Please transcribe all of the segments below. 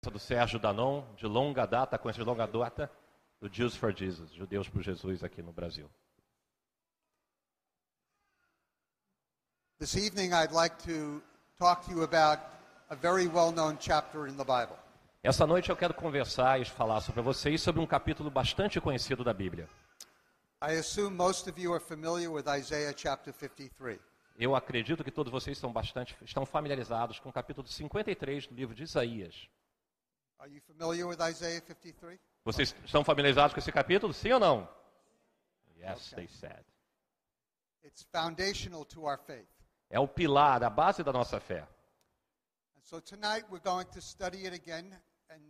presença do Sérgio Danon, de longa data, conhecido de longa data, do Jews for Jesus, Judeus por Jesus aqui no Brasil. This evening, I'd like to talk to you about a very well known chapter in the Bible. Essa noite eu quero conversar e falar sobre vocês sobre um capítulo bastante conhecido da Bíblia. I assume most of you are familiar with Isaiah chapter 53. Eu acredito que todos vocês são bastante, estão familiarizados com o capítulo 53 do livro de Isaías. Are you familiar with Isaiah 53? Vocês estão familiarizados com esse capítulo, sim ou não? Yes, Okay. they said. It's foundational to our faith. É o pilar, a base da nossa fé. And so tonight, we're going to study it again, and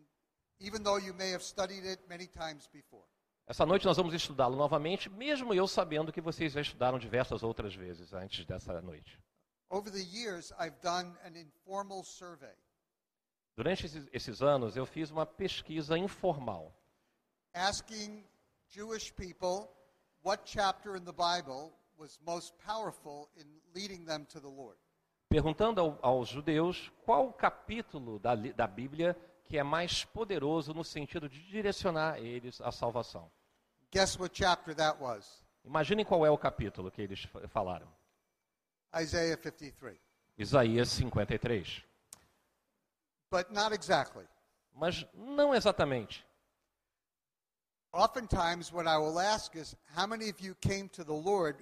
even though you may have studied it many times before. Essa noite nós vamos estudá-lo novamente, mesmo eu sabendo que vocês já estudaram diversas outras vezes antes dessa noite. Over the years, I've done an informal survey, Durante esses, esses anos, eu fiz uma pesquisa informal, asking Jewish people what chapter in the Bible was most powerful in leading them to the Lord. perguntando ao- aos judeus qual o capítulo da, li- da Bíblia que é mais poderoso no sentido de direcionar eles à salvação. Guess what chapter that was? Imaginem qual é o capítulo que eles fa- falaram. Isaiah 53. Isaías 53. But not exactly. Mas não exatamente. Oftentimes, what I will ask is how many of you came to the Lord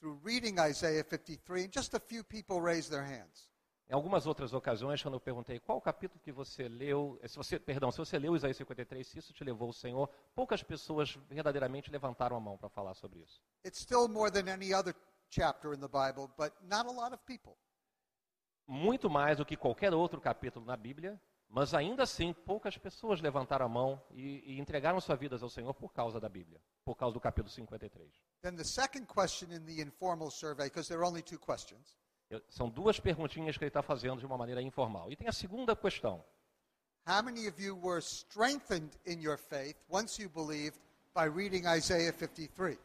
through reading Isaiah 53? And just a few people raise their hands. Em algumas outras ocasiões, quando eu perguntei qual o capítulo que você leu, se você, perdão, se você leu Isaías 53, se isso te levou ao Senhor, poucas pessoas verdadeiramente levantaram a mão para falar sobre isso. It's still more than any other chapter in the Bible, but not a lot of people. Muito mais do que qualquer outro capítulo na Bíblia, mas ainda assim, poucas pessoas levantaram a mão e, e entregaram suas vidas ao Senhor por causa da Bíblia, por causa do capítulo 53. Then the second question in the informal survey, because there are only two questions Eu- são duas perguntinhas que ele está fazendo de uma maneira informal. E tem a segunda questão. how many of you were strengthened in your faith once you believed by reading Isaiah 53?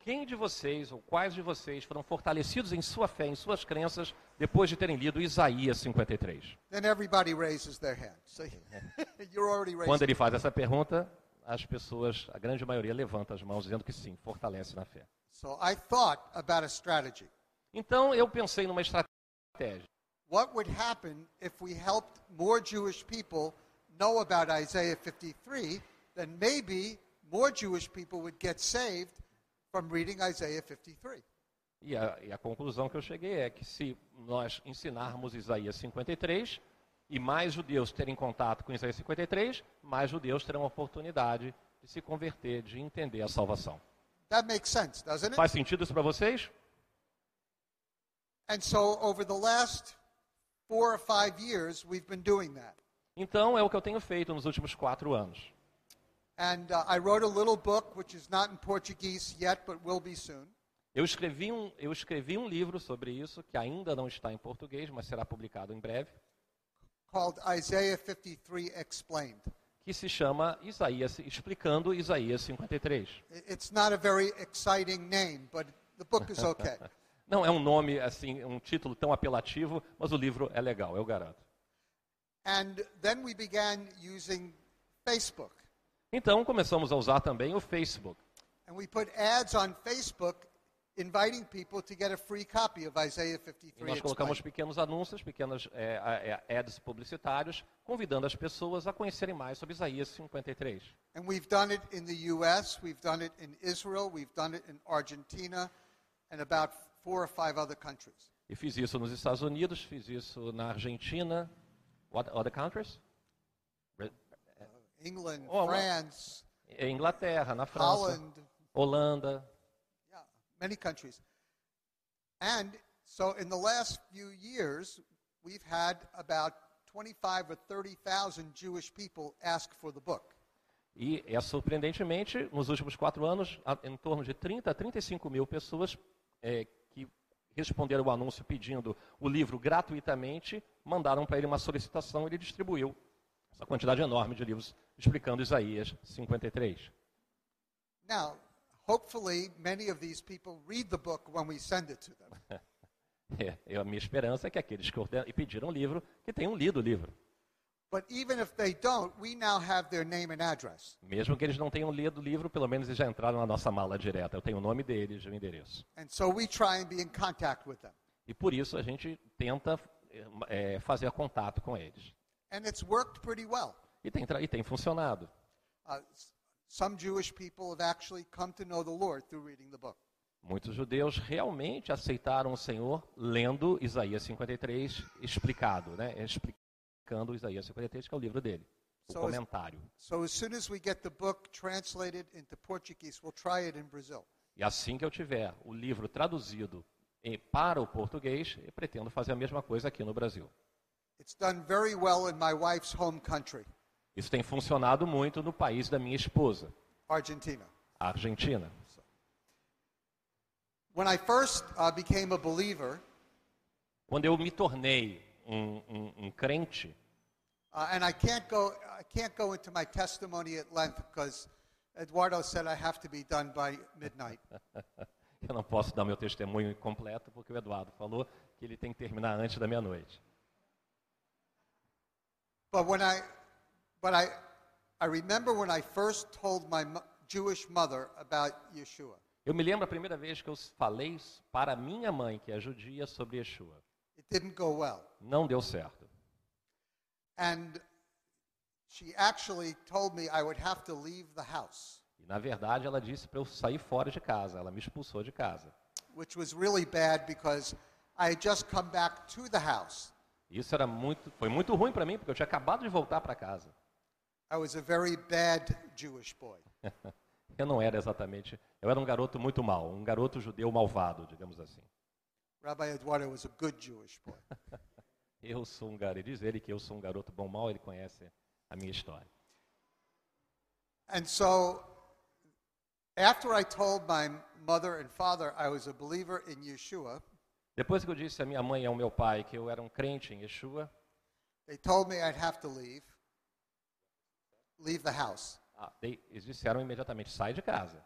Quem de vocês ou quais de vocês foram fortalecidos em sua fé, em suas crenças, depois de terem lido Isaías 53? Then everybody raises their hand. So you're already raising. Quando ele faz essa pergunta, as pessoas, a grande maioria, levanta as mãos dizendo que sim, fortalece na fé. So I thought about a strategy. Então eu pensei numa estratégia. What would happen if we helped more Jewish people know about Isaiah 53? Then maybe more Jewish people would get saved from reading Isaiah 53. E a, e a conclusão que eu cheguei é que se nós ensinarmos Isaías 53 e mais judeus terem contato com Isaías 53, mais judeus terão a oportunidade de se converter, de entender a salvação. That makes sense, doesn't it? Faz sentido isso para vocês? And so over the last four or five years, we've been doing that. Então é o que eu tenho feito nos últimos quatro anos. And uh, I wrote a little book, which is not in Portuguese yet, but will be soon. Eu escrevi, um, eu escrevi um livro sobre isso, que ainda não está em português, mas será publicado em breve, called Isaiah 53 Explained. que se chama Isaías Explicando Isaías 53. I- It's not a very exciting name, but the book is okay. Não é um nome, assim, um título tão apelativo, mas o livro é legal, eu garanto. and then we began using Facebook. Então começamos a usar também o Facebook. And we put ads on Facebook inviting people to get a free copy of Isaiah E 53 nós colocamos Explained. pequenos anúncios, pequenos é, a- é, ads publicitários, convidando as pessoas a conhecerem mais sobre Isaías 53. And we've done it in the US, we've done it in Israel, we've done it in Argentina, and about four or five other countries. E fiz isso nos Estados Unidos, fiz isso na Argentina. What other countries? Re- England, Oh, well- France, Em Inglaterra, na França, Holland, Holanda. Yeah, many countries. And so in the last few years, we've had about 25 or 30,000 Jewish people ask for the book. E é surpreendentemente, nos últimos quatro anos, a- em torno de 30 a 35 mil pessoas é, que responderam o anúncio pedindo o livro gratuitamente, mandaram para ele uma solicitação e ele distribuiu essa quantidade enorme de livros explicando Isaías 53. Now, hopefully, many of these people read the book when we send it to them. É, eu- a minha esperança é que aqueles que orde- pediram o livro, que tenham lido o livro. But even if they don't, we now have their name and address. Mesmo que eles não tenham lido o livro, pelo menos eles já entraram na nossa mala direta. Eu tenho o nome deles, o endereço. And so we try and be in contact with them. E por isso a gente tenta eh, eh, fazer contato com eles. And it's worked pretty well. E tem, tra- e tem funcionado. Uh, s- some Jewish people have actually come to know the Lord through reading the book. Muitos judeus realmente aceitaram o Senhor lendo Isaías 53 explicado, né? Explicando Isaías 53, que é o livro dele, o Só as- comentário. So as soon as we get the book translated into Portuguese, we'll try it in Brazil. E assim que eu tiver o livro traduzido em- para o português, eu pretendo fazer a mesma coisa aqui no Brasil. It's done very well in my wife's home country, Isso tem funcionado muito no país da minha esposa, Argentina. a Argentina. When I first uh, became a believer, Quando eu me tornei um, um- um crente, uh, and I can't go, I can't go into my testimony at length because Eduardo said I have to be done by midnight. eu não posso dar meu testemunho completo, porque o Eduardo falou que ele tem que terminar antes da meia-noite. But when I, but I, I remember when I first told my mo- Jewish mother about Yeshua. Eu me lembro a primeira vez que eu falei para minha mãe, que é judia, sobre Yeshua. It didn't go well, Não deu certo. and she actually told me I would have to leave the house, E, na verdade, ela disse para eu sair fora de casa. Ela me expulsou de casa. which was really bad because I had just come back to the house. Isso era muito, foi muito ruim para mim, porque eu tinha acabado de voltar para casa. I was a very bad Jewish boy. Eu não era exatamente, eu era um garoto muito mau, um garoto judeu malvado, digamos assim. Rabbi Eduardo was a good Jewish boy. Eu sou um garoto, diz ele que eu sou um garoto bom mau, ele conhece a minha história. And so, after I told my mother and father I was a believer in Yeshua, Depois que eu disse à minha mãe e ao meu pai que eu era um crente em Yeshua, they told me I'd have to leave, leave the house. ah, they- eles disseram imediatamente, sai de casa.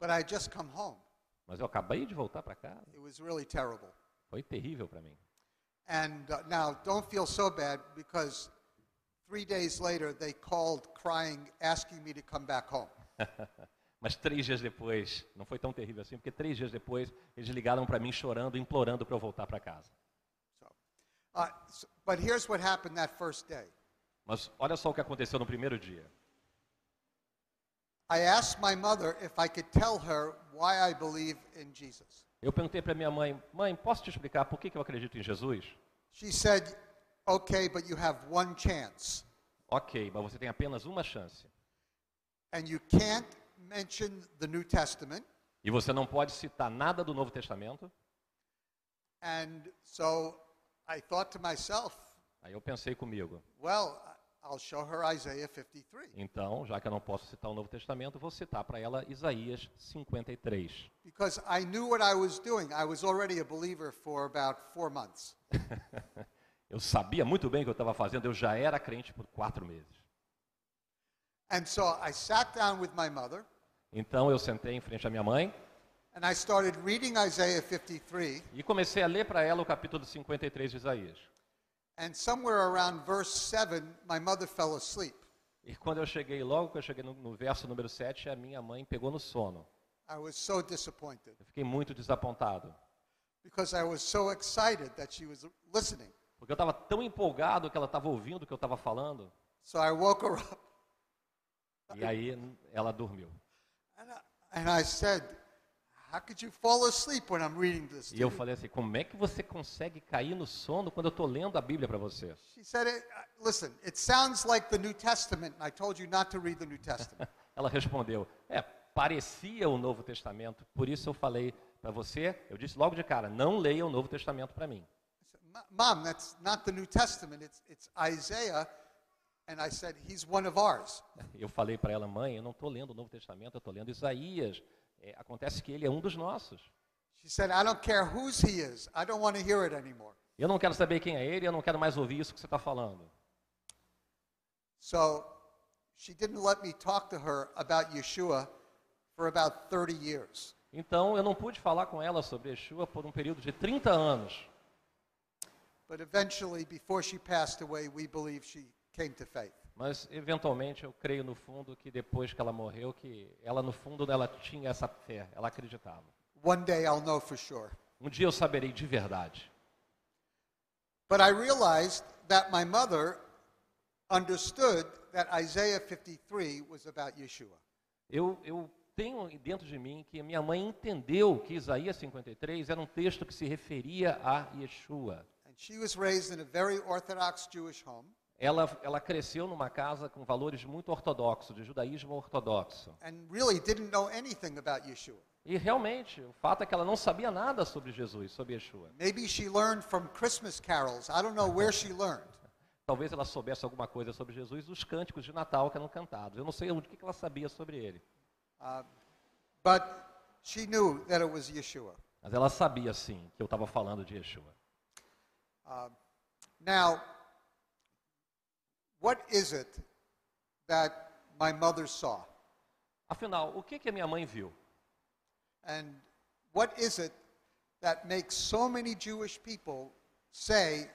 But I had just come home. Mas eu acabei de voltar para casa. It was really terrible. Foi terrível para mim. And uh, now, don't feel so bad because three days later they called crying, asking me to come back home. Mas três dias depois, não foi tão terrível assim, porque três dias depois eles ligaram para mim chorando, implorando para eu voltar para casa. So, uh, s but here's what happened that first day Mas olha só o que aconteceu no primeiro dia. I asked my mother if I could tell her why I believe in Jesus. Eu perguntei para minha mãe, mãe, posso te explicar por que, que eu acredito em Jesus? She said, Okay, but you have one chance, Ok, mas você tem apenas uma chance. and you can't mention the New Testament. E você não pode citar nada do Novo Testamento. And so I thought to myself, Aí eu pensei comigo, Well, I'll show her Isaiah 53 então, já que eu não posso citar o Novo Testamento, vou citar para ela Isaías 53. because I knew what I was doing. I was already a believer for about four months. Eu sabia muito bem o que eu estava fazendo, eu já era crente por quatro meses. And so I sat down with my mother Então eu sentei em frente à minha mãe and I started reading Isaiah 53. e comecei a ler para ela o capítulo 53 de Isaías. And somewhere around verse 7, my mother fell asleep. E quando eu cheguei, logo que eu cheguei no, no verso número 7, a minha mãe pegou no sono. I was so disappointed Eu fiquei muito desapontado, because I was so excited that she was listening. porque eu estava tão empolgado que ela estava ouvindo o que eu estava falando, So I woke her up e aí ela dormiu. and I, and I said, How could you fall asleep when I'm reading this? to E eu you?" falei assim: como é que você consegue cair no sono quando eu estou lendo a Bíblia para você? She said, it, uh, Listen, it sounds like the New Testament, and I told you not to read the New Testament. Ela respondeu: é, parecia o Novo Testamento, por isso eu falei para você, eu disse logo de cara: não leia o Novo Testamento para mim. I said, "Mo- Mom, that's not the New Testament, it's, it's Isaiah. And I said, He's one of ours. Eu falei para ela: mãe, eu não estou lendo o Novo Testamento, eu estou lendo Isaías. É, acontece que ele é um dos nossos. She said, I don't care whose He is, I don't want to hear it anymore. Eu não quero saber quem é ele, eu não quero mais ouvir isso que você está falando. So she didn't let me talk to her about Yeshua for about 30 years. Então eu não pude falar com ela sobre Yeshua por um período de 30 anos. But eventually, before she passed away, we believe she came to faith. Mas eventualmente eu creio no fundo que depois que ela morreu, que ela no fundo ela tinha essa fé, ela acreditava. One day I'll know for sure. Um dia eu saberei de verdade. But I realized that my mother understood that Isaiah 53 was about Yeshua. Eu, eu tenho dentro de mim que minha mãe entendeu que Isaías 53 era um texto que se referia a Yeshua. And she was raised in a very Orthodox Jewish home, Ela, ela cresceu numa casa com valores muito ortodoxos, de judaísmo ortodoxo. and really didn't know anything about Yeshua. E realmente, o fato é que ela não sabia nada sobre Jesus, sobre Yeshua. Maybe she learned from Christmas carols. I don't know where she learned. Talvez ela soubesse alguma coisa sobre Jesus dos cânticos de Natal que eram cantados. Eu não sei o que que ela sabia sobre ele. Uh, but she knew that it was Yeshua. Mas ela sabia, sim, que eu estava falando de Yeshua. Uh, now, what is it that my mother saw? Afinal, o que, que a minha mãe viu? And what is it that makes so many Jewish people say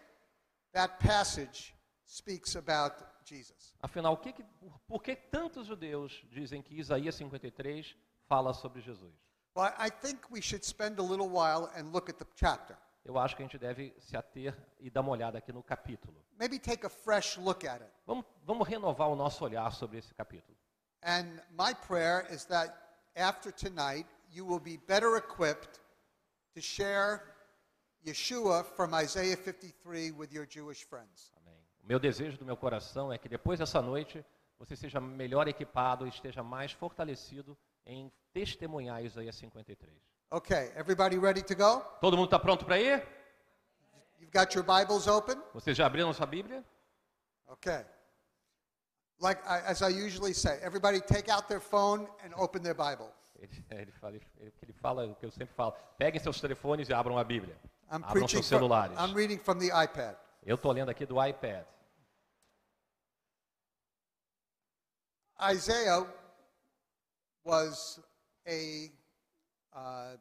that passage speaks about Jesus? Afinal, o que que, por, por que tantos judeus dizem que Isaías 53 fala sobre Jesus? Well, I think we should spend a little while and look at the chapter. Eu acho que a gente deve se ater e dar uma olhada aqui no capítulo. Maybe take a fresh look at it. Vamos, vamos renovar o nosso olhar sobre esse capítulo. And my prayer is that after tonight, you will be better equipped to share Yeshua from Isaiah 53 with your Jewish friends. Amém. O meu desejo do meu coração é que depois dessa noite você seja melhor equipado e esteja mais fortalecido em testemunhar Isaías 53. Okay, everybody ready to go? Todo mundo está pronto para ir? You've got your Bibles open? Vocês já abriram sua Bíblia? Okay. Like I, as I usually say, everybody take out their phone and open their Bible. Ele, ele fala, ele- ele fala o que eu sempre falo. Peguem seus telefones e abram a Bíblia. I'm abram seus from- celulares. I'm reading from the iPad. Eu estou lendo aqui do iPad. Isaiah was a uh,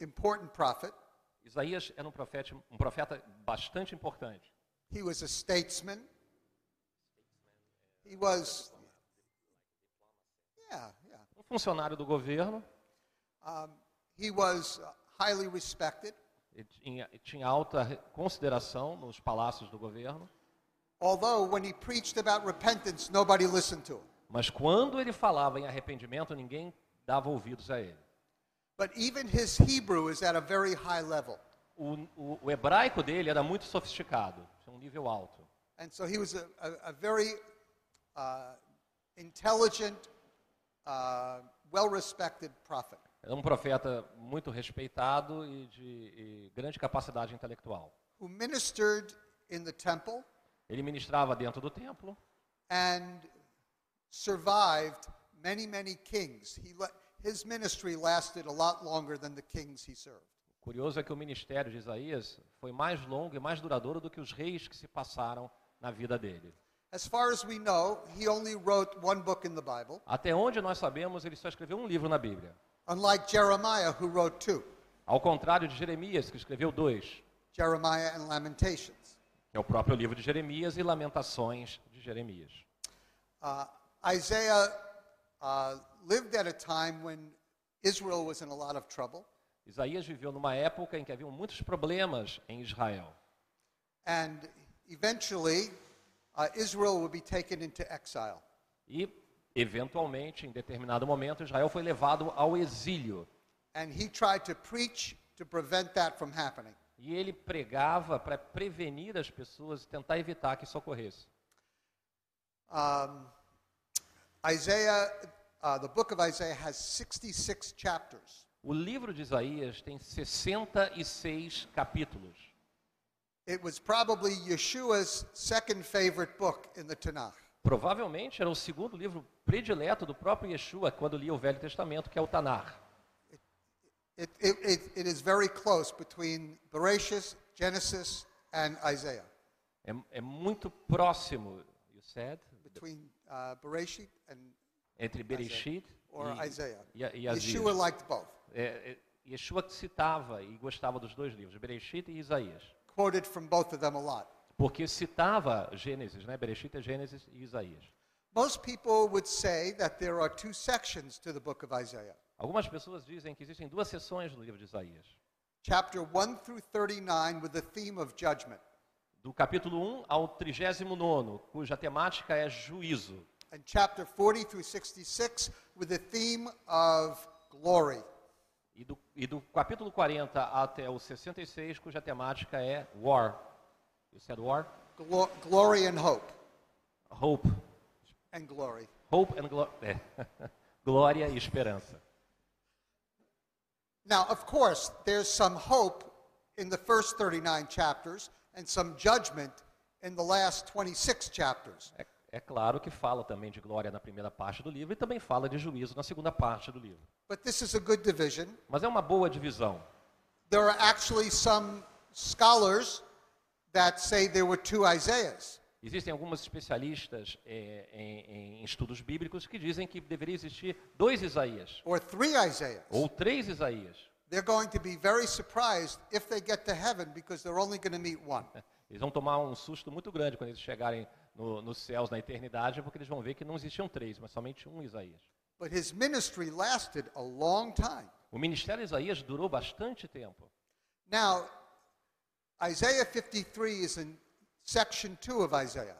important prophet. Isaías era um profeta, um profeta bastante importante. He was a statesman. He was, yeah, yeah. Um funcionário do governo, Um, he was uh, highly respected. ele tinha, ele tinha alta re- consideração nos palácios do governo, Although when he preached about repentance, nobody listened to him. mas quando ele falava em arrependimento, ninguém dava ouvidos a ele. But even his Hebrew is at a very high level. O, o- o hebraico dele era muito sofisticado, tinha um nível alto. And so he was a, a, a very uh, intelligent, uh, well respected prophet. Era um profeta muito respeitado e de e grande capacidade intelectual. who ministered in the temple Ele ministrava dentro do templo and survived many, many kings. He le- his ministry lasted a lot longer than the kings he served. Curioso é que o ministério de Isaías foi mais longo e mais duradouro do que os reis que se passaram na vida dele. As far as we know, he only wrote one book in the Bible, Até onde nós sabemos, ele só escreveu um livro na Bíblia. unlike Jeremiah, who wrote two Ao contrário de Jeremias, que escreveu dois, Jeremiah and Lamentations. que é o próprio livro de Jeremias e Lamentações de Jeremias. Uh, Isaiah uh, lived at a time when Israel was in a lot of trouble, Isaías viveu numa época em que haviam muitos problemas em Israel. and eventually uh, Israel would be taken into exile. E, eventualmente, em determinado momento, Israel foi levado ao exílio. And he tried to preach to prevent that from happening. E ele pregava para prevenir as pessoas e tentar evitar que isso ocorresse. Um, Isaiah, uh, the book of Isaiah has 66 chapters. O livro de Isaías tem 66 capítulos. It was probably Yeshua's second favorite book in the Tanakh. Provavelmente era o segundo livro predileto do próprio Yeshua quando lia o Velho Testamento, que é o Tanar. It, it, it, it is very close between Bereshit, Genesis, and Isaiah. É, é muito próximo, you said, Between uh, Bereshit and entre Bereshit or e, Isaiah. e, e Yeshua Asias. liked both. É, é, Yeshua citava e gostava dos dois livros, Bereshit e Isaías. Quoted from both of them a lot. porque citava Gênesis, né? Bereshit é Gênesis e Isaías. Most people would say that there are two sections to the book of Isaiah. Algumas pessoas dizem que existem duas seções no livro de Isaías, Chapter 1 through 39 with the theme of judgment, do capítulo 1 ao 39, cuja temática é juízo, and chapter 40 through 66 with the theme of glory. e do, e do capítulo 40 até o 66, cuja temática é war. You said war? Glo- glory and hope. Hope. And glory. Hope and glo é. glória e esperança. Now, of course, there's some hope in the first 39 chapters and some judgment in the last 26 chapters. É, é claro que fala também de glória na primeira parte do livro e também fala de juízo na segunda parte do livro. But this is a good division. Mas é uma boa divisão. There are actually some scholars that say there were two Isaiahs. Existem alguns especialistas eh, em, em estudos bíblicos que dizem que deveria existir dois Isaías or three Isaiahs. ou três Isaías. They're going to be very surprised if they get to heaven because they're only going to meet one. Eles vão tomar um susto muito grande quando eles chegarem no, nos céus na eternidade, porque eles vão ver que não existiam três, mas somente um Isaías. But his ministry lasted a long time. O ministério de Isaías durou bastante tempo. Now, Isaiah 53 is in section 2 of Isaiah.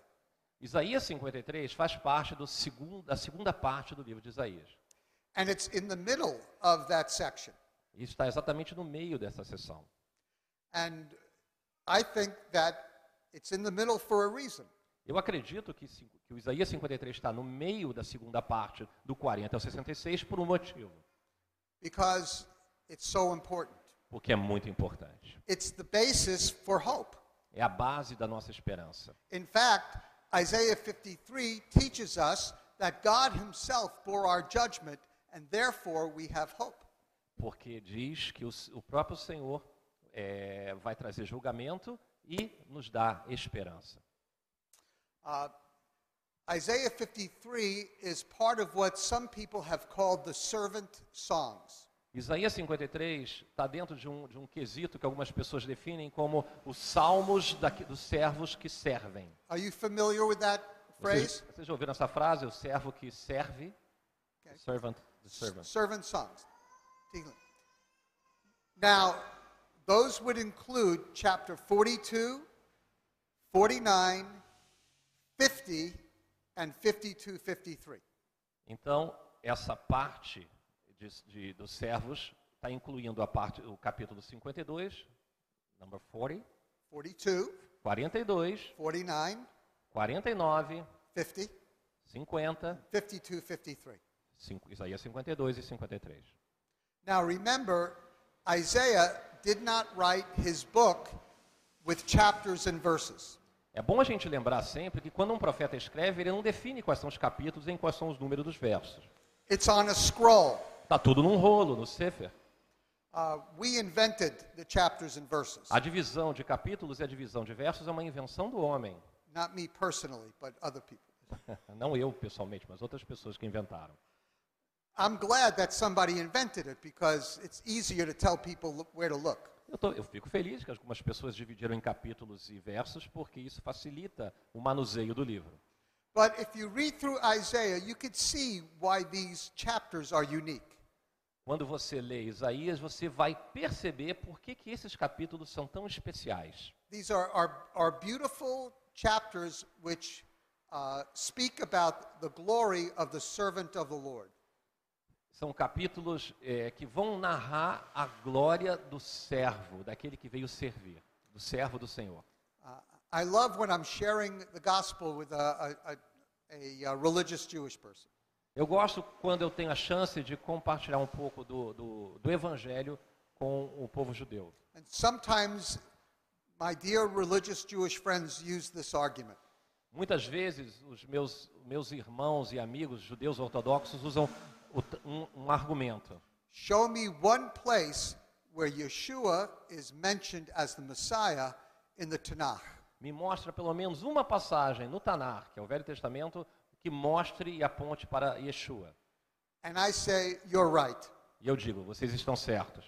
Isaías 53 faz parte do segun- da segunda parte do livro de Isaías. And it's in the middle of that section. E está exatamente no meio dessa sessão. And I think that it's in the middle for a reason. Eu acredito que, cin- que o Isaías 53 está no meio da segunda parte, do 40 ao 66, por um motivo. because it's so important. Porque é muito importante. It's the basis for hope. É a base da nossa esperança. In fact, Isaiah 53 teaches us that God Himself bore our judgment and therefore we have hope. Porque diz que o, s- o próprio Senhor eh, vai trazer julgamento e nos dá esperança. Uh, Isaiah 53 is part of what some people have called the servant songs. Isaías 53 está dentro de um, de um quesito que algumas pessoas definem como os salmos daqui- dos servos que servem. Are you familiar with that Vocês, phrase? vocês já ouviram essa frase? O servo que serve. Okay. Servant, the servant. Servant songs. Now, those would include chapter 42, 49, 50, and 52, 53. Então, essa parte de- de- dos servos está incluindo a parte, o capítulo 52, number 40, 42, 42, 49, 49, 50, 50, 52, 53. cinco- Isaías 52 e 53. Now, remember, Isaiah did not write his book with chapters and verses. É bom a gente lembrar sempre que quando um profeta escreve, ele não define quais são os capítulos e quais são os números dos versos. It's on a scroll. Está tudo num rolo, no Sefer. Uh, we invented the chapters and verses. A divisão de capítulos e a divisão de versos é uma invenção do homem. not me personally, but other people. Não eu pessoalmente, mas outras pessoas que inventaram. I'm glad that somebody invented it because it's easier to tell people lo- where to look. Eu, tô- eu fico feliz que algumas pessoas dividiram em capítulos e versos, porque isso facilita o manuseio do livro. But if you read through Isaiah, you could see why these chapters are unique. Quando você lê Isaías, você vai perceber por que, que esses capítulos são tão especiais. These are, are, are beautiful chapters which uh, speak about the glory of the servant of the Lord. São capítulos eh, que vão narrar a glória do servo, daquele que veio servir, do servo do Senhor. Uh, I love when I'm sharing the gospel with a, a, a, a uh, religious Jewish person. Eu gosto quando eu tenho a chance de compartilhar um pouco do, do, do evangelho com o povo judeu. And sometimes my dear religious Jewish friends use this argument. Muitas vezes os meus, meus irmãos e amigos judeus ortodoxos usam o t- um, um argumento. Show me one place where Yeshua is mentioned as the Messiah in the Tanakh. Me mostra pelo menos uma passagem no Tanar, que é o Velho Testamento, que mostre e aponte para Yeshua. And I say, You're right. E eu digo, vocês estão certos.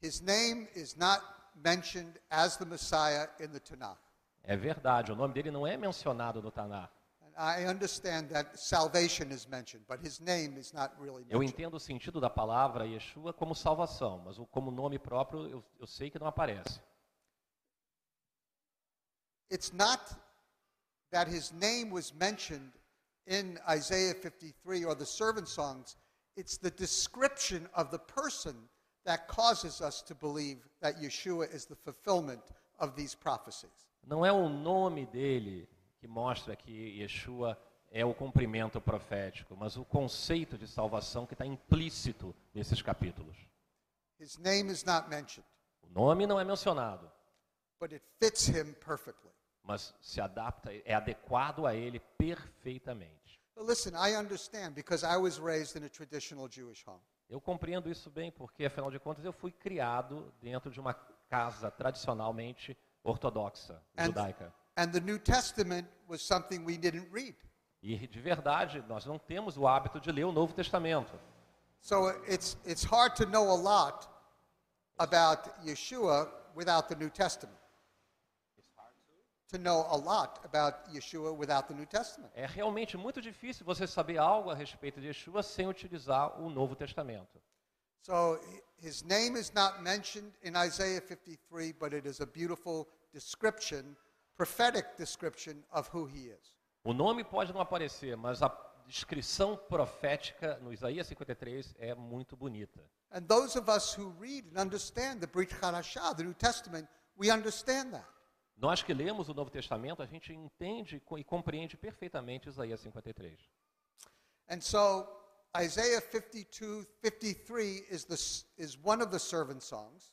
His name is not mentioned as the Messiah in the Tanakh. É, É verdade, o nome dele não é mencionado no Tanar. And I understand that salvation is mentioned, but his name is not really Eu mentioned. entendo o sentido da palavra Yeshua como salvação, mas o- como nome próprio eu, eu sei que não aparece. It's not that his name was mentioned in Isaiah 53 or the servant songs, it's the description of the person that causes us to believe that Yeshua is the fulfillment of these prophecies. Não é o nome dele que mostra que Yeshua é o cumprimento profético, mas o conceito de salvação que está implícito nesses capítulos. His name is not mentioned, O nome não é mencionado, but it fits him perfectly. mas se adapta, é adequado a ele perfeitamente. But listen, I understand because I was raised in a traditional Jewish home. Eu compreendo isso bem, porque afinal de contas eu fui criado dentro de uma casa tradicionalmente ortodoxa, And, judaica. and the New Testament was something we didn't read. E de verdade, nós não temos o hábito de ler o Novo Testamento. So it's, it's hard to know a lot about Yeshua without the New Testament. To know a lot about Yeshua without the New Testament. É realmente muito difícil você saber algo a respeito de Yeshua sem utilizar o Novo Testamento. So h- his name is not mentioned in Isaiah 53, but it is a beautiful description, prophetic description of who he is. O nome pode não aparecer, mas a descrição profética no Isaías 53 é muito bonita. And those of us who read and understand the Brit Hadashah, the New Testament, we understand that. Nós que lemos o Novo Testamento, a gente entende co- e compreende perfeitamente Isaías 53. And so Isaiah 52, 53 is, the, s- is one of the servant songs.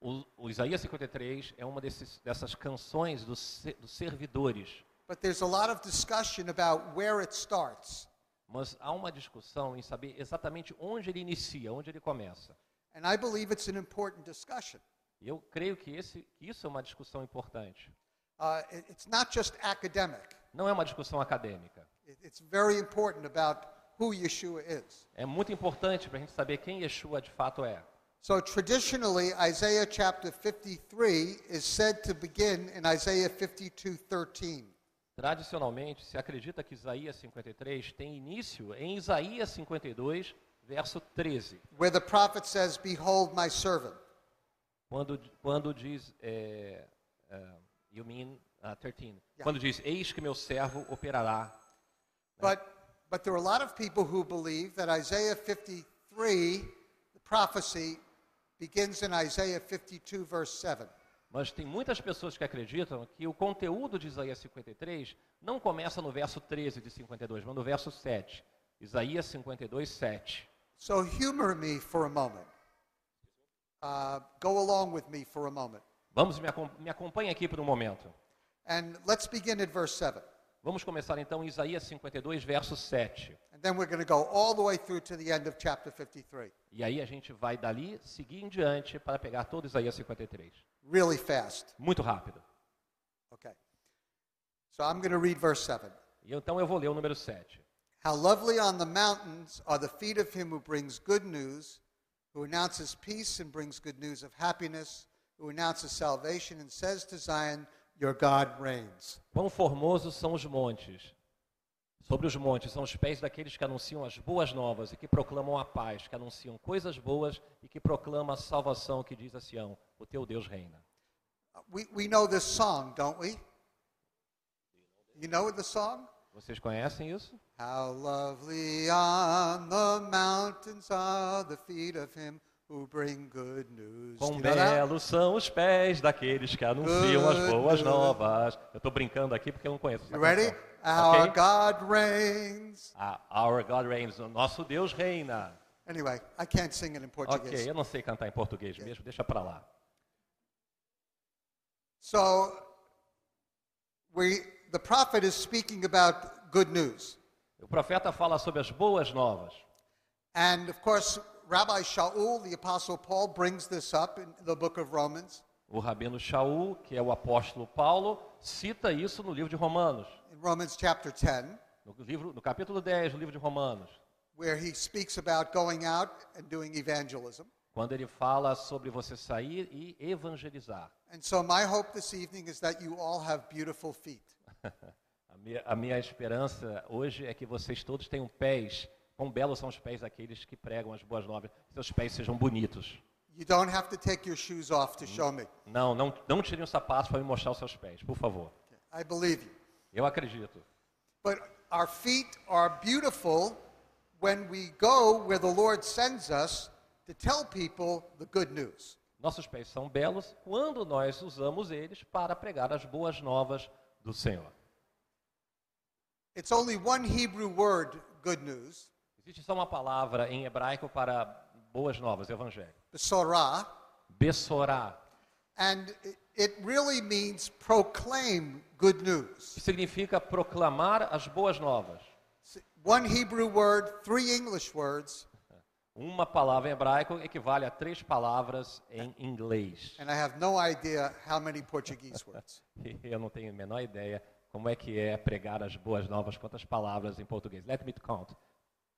O, o Isaías 53 é uma desses, dessas canções dos, se- dos servidores, But there's a lot of discussion about where it starts. mas há uma discussão em saber exatamente onde ele inicia, onde ele começa. And I believe it's an important discussion. E eu creio que, esse, que isso é uma discussão importante. Uh, it- it's not just academic, Não é uma discussão acadêmica. It- it's very important about who Yeshua is. É muito importante para a gente saber quem Yeshua de fato é. So traditionally, Isaiah chapter 53 is said to begin in Isaiah 52 13. Tradicionalmente, se acredita que Isaías 53 tem início em Isaías 52, verso 13, where the prophet says, Behold my servant. quando, quando diz, é, é, you mean, ah, 13, quando diz, eis que meu servo operará. But, but there are a lot of people who believe that Isaiah 53, the prophecy, begins in Isaiah 52, verse 7. Mas tem muitas pessoas que acreditam que o conteúdo de Isaías 53 não começa no verso 13 de 52, mas no verso 7. Isaías 52, 7. So humor me for a moment. Uh, go along with me for a moment. Vamos, me, acom me acompanha aqui por um momento. And let's begin at verse 7. Vamos começar então em Isaías 52, verso 7. And then we're going to go all the way through to the end of chapter 53, E aí a gente vai dali seguir em diante para pegar todo Isaías 53. really fast. Muito rápido. Okay. So I'm going to read verse 7. E então eu vou ler o número 7. How lovely on the mountains are the feet of him who brings good news, who announces peace and brings good news of happiness, who announces salvation and says to Zion, Your God reigns. Quão formosos são os montes. Sobre os montes são os pés daqueles que anunciam as boas novas e que proclamam a paz, que anunciam coisas boas e que proclamam a salvação que diz a Sião, o teu Deus reina. We, we know this song, don't we? You know the song? Vocês conhecem isso? How lovely on the mountains are the feet of him who bring good news. Do Quão you know that? belos são os pés daqueles que anunciam as boas novas. Eu estou brincando aqui porque eu não conheço essa You ready? Ah, canção. Our Ok? God reigns. Ah, Our God reigns, o nosso Deus reina. Anyway, I can't sing it in Portuguese. Ok, eu não sei cantar em português mesmo, deixa pra lá. So we the prophet is speaking about good news. O profeta fala sobre as boas novas. And of course, Rabbi Shaul, the apostle Paul brings this up in the book of Romans. O rabino Shaul, que é o apóstolo Paulo, cita isso no livro de Romanos, In Romans chapter 10, no, livro, no capítulo 10 do livro de Romanos, where he speaks about going out and doing evangelism. quando ele fala sobre você sair e evangelizar. And so my hope this evening is that you all have beautiful feet. A minha, a minha esperança hoje é que vocês todos tenham pés, quão belos são os pés daqueles que pregam as boas novas, que seus pés sejam bonitos. You don't have to take your shoes off to show me. Não, não, não tirem os sapatos para me mostrar os seus pés, por favor. I believe you. Eu acredito. But our feet are beautiful when we go where the Lord sends us to tell people the good news. Nossos pés são belos quando nós usamos eles para pregar as boas novas do Senhor. It's only one Hebrew word, good news, Existe só uma palavra em hebraico para boas novas, evangelho. besorah, Bessorá, and it- it really means proclaim good news. que significa proclamar as boas novas. One Hebrew word, three English words, Uma palavra em hebraico equivale a três palavras em inglês. and I have no idea how many Portuguese words. E Eu não tenho a menor ideia como é que é pregar as boas novas, quantas palavras em português. Let me count.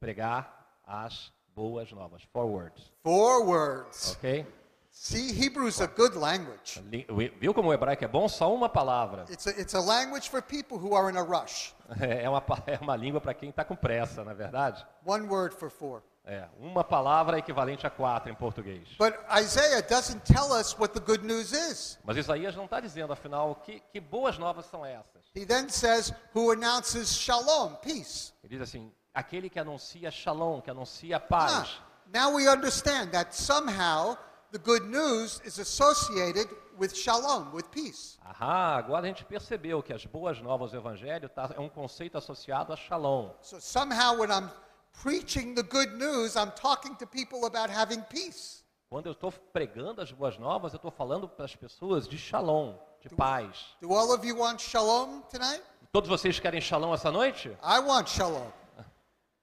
Pregar as boas novas. Four words. Four words. Ok? See, Hebrew's a good language. Li- Viu como o hebraico é bom? Só uma palavra. It's a, it's a language for people who are in a rush. É uma, pa- é uma língua para quem está com pressa, na verdade. One word for four. É, uma palavra é equivalente a quatro em português. But Isaiah doesn't tell us what the good news is. Mas Isaías não está dizendo, afinal, que, que boas novas são essas. He then says, Who announces shalom, peace. Ele diz assim, aquele que anuncia shalom, que anuncia Ah, paz. now we understand that somehow the good news is associated with shalom, with peace. Ahá, agora a gente percebeu que as boas novas do evangelho tá, é um conceito associado a shalom. So somehow when I'm preaching the good news, I'm talking to people about having peace. Quando eu estou pregando as boas novas, eu estou falando para as pessoas de shalom, de paz. Do all of you want shalom tonight? Todos vocês querem shalom essa noite? I want shalom.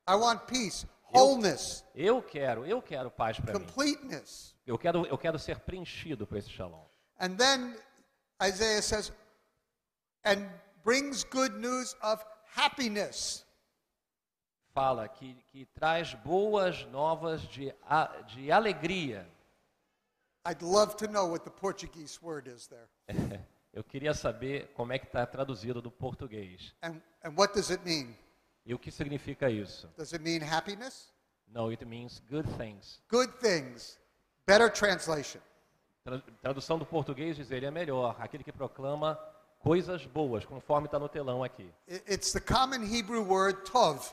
I want peace, wholeness, Eu quero, eu quero paz para Então, mim. completeness. Eu quero, eu quero ser preenchido por esse shalom. And then Isaiah says, and brings good news of happiness. Fala que, que traz boas novas de, a- de alegria. I'd love to know what the Portuguese word is there. É, Eu queria saber como é que está traduzido do português. And, and what does it mean? E o que significa isso? Does it mean happiness? No, it means good things. Good things. Better translation. Tra- Tradução do português diz ele é melhor, aquele que proclama coisas boas, conforme está no telão aqui. I- It's the common Hebrew word tov,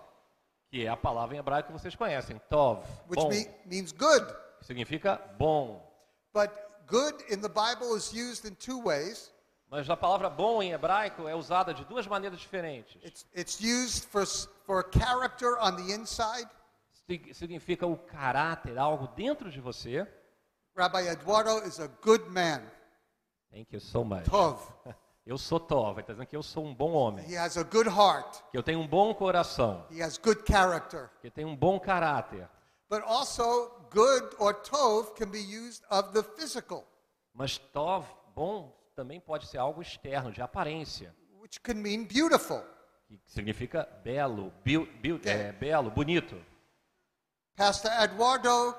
Que é a palavra em hebraico que vocês conhecem, tov, which bom, me- means good. que significa bom. But good in the Bible is used in two ways. Mas a palavra bom em hebraico é usada de duas maneiras diferentes. It's, it's used for, s- for character on the inside. Sig- Significa o caráter, algo dentro de você. Rabbi Eduardo is a good man, Thank you so much. tov. Eu sou Tov, ele está dizendo que eu sou um bom homem, He has a good heart. que eu tenho um bom coração, He has good character. que eu tenho um bom caráter. But also, good or tov can be used of the physical, Mas Tov, bom, também pode ser algo externo, de aparência, which can mean beautiful. que significa belo, biu- biu- é, belo, bonito. Pastor Eduardo,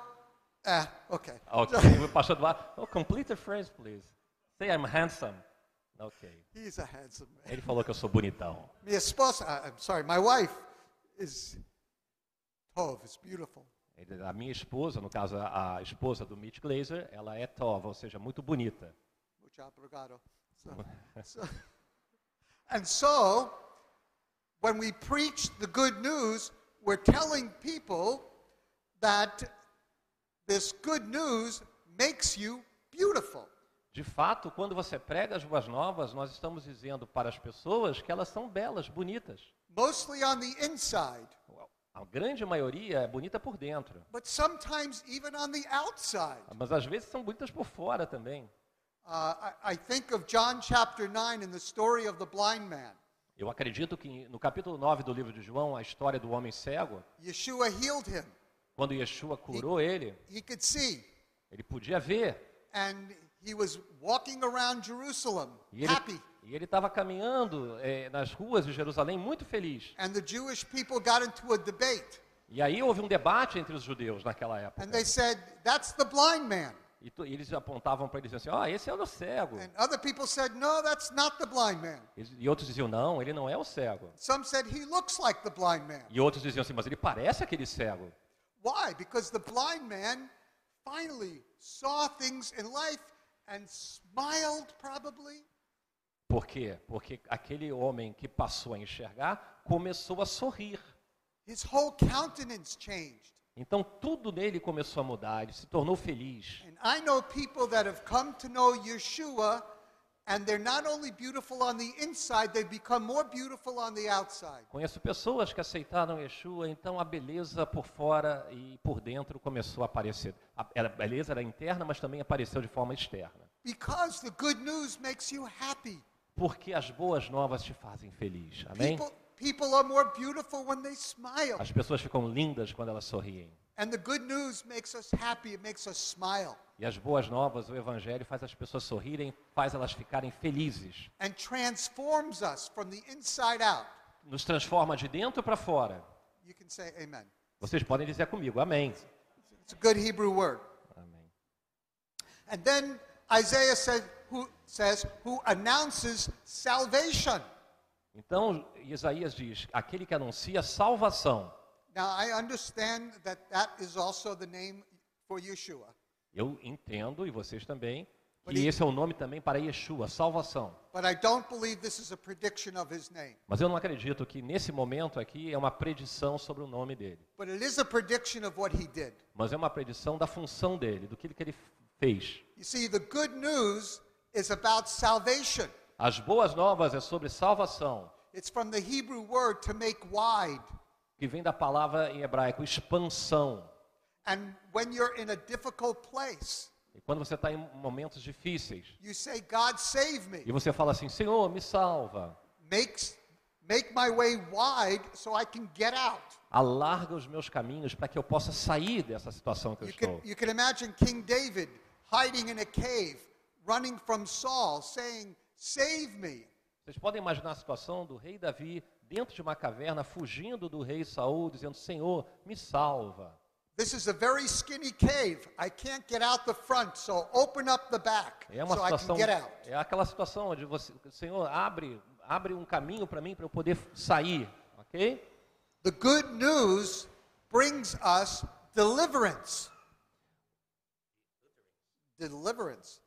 ah, okay. Ok, o pastor Eduardo, oh, complete the phrase, please. Say I'm handsome. Ok. He's a handsome man. Ele falou que eu sou bonitão. Mi esposa, ah, I'm sorry, my wife is tov, is beautiful. Ele- A minha esposa, no caso a a esposa do Mitch Glazer, ela é Tov, ou seja, muito bonita. Mucho obrigado. So, so- and so, when we preach the good news, we're telling people that this good news makes you beautiful. De fato, quando você prega as boas novas, nós estamos dizendo para as pessoas que elas são belas, bonitas. Mostly on the inside, A grande maioria é bonita por dentro, but sometimes even on the outside. mas às vezes são bonitas por fora também. Uh, I, I think of John chapter 9 and the story of the blind man. Eu acredito que no capítulo 9 do livro de João, a história do homem cego, Yeshua healed him, quando Yeshua curou ele, he could see, ele podia ver. and he was walking around Jerusalem E ele happy. e ele estava caminhando eh, nas ruas de Jerusalém muito feliz. And the Jewish people got into a debate. E aí houve um debate entre os judeus naquela época. And they said, That's the blind man. E, tu- e eles apontavam para ele e diziam assim: Ó, esse é o cego. And other people said, No, that's not the blind man. Eles- e outros diziam: Não, ele não é o cego. Some said, He looks like the blind man. E outros diziam assim: Mas ele parece aquele cego. Why? Because the blind man finally saw things in life and smiled, probably. Por quê? Porque aquele homem que passou a enxergar começou a sorrir. His whole countenance changed. Então tudo nele começou a mudar, ele se tornou feliz. And I know people that have come to know Yeshua, and they're not only beautiful on the inside, they become more beautiful on the outside. Conheço pessoas que aceitaram Yeshua, então a beleza por fora e por dentro começou a aparecer. A, era- a beleza era interna, mas também apareceu de forma externa. Because the good news makes you happy. Porque as boas novas te fazem feliz. Amém? People, people are more beautiful when they smile. As pessoas ficam lindas quando elas sorriem. And the good news makes us happy, it makes us smile E as boas novas, o Evangelho, faz as pessoas sorrirem, faz elas ficarem felizes. and transforms us from the inside out. Nos transforma de dentro para fora. You can say amen. Vocês podem dizer comigo, amém. It's a good Hebrew word. Amém. And then Isaiah said, who, says, who announces salvation. Então, Isaías diz: aquele que anuncia salvação. Now, I understand that that is also the name for Yeshua. Eu entendo, e vocês também, que esse é o nome também para Yeshua, salvação. But I don't believe this is a prediction of his name. Mas eu não acredito que nesse momento aqui é uma predição sobre o nome dele. But it is a prediction of what he did. Mas é uma predição da função dele, do que ele- que ele fez. You see, the good news is about salvation. As boas novas é sobre salvação, It's from the Hebrew word to make wide. que vem da palavra em hebraico expansão. And when you're in a difficult place, E quando você está em momentos difíceis you say, God, save me. e você fala assim: Senhor, me salva, Makes, make my way wide so I can get out. alarga os meus caminhos para que eu possa sair dessa situação que eu You can, estou. you can imagine King David hiding in a cave, running from Saul, saying, Save me. Vocês podem imaginar a situação do rei Davi dentro de uma caverna, fugindo do rei Saul, dizendo: Senhor, me salva. This is a very skinny cave. I can't get out the front, so open up the back É uma so I situação, can get out. é aquela situação onde você, Senhor, abre, abre um caminho para mim para eu poder sair, ok? The good news brings us deliverance. Deliverance.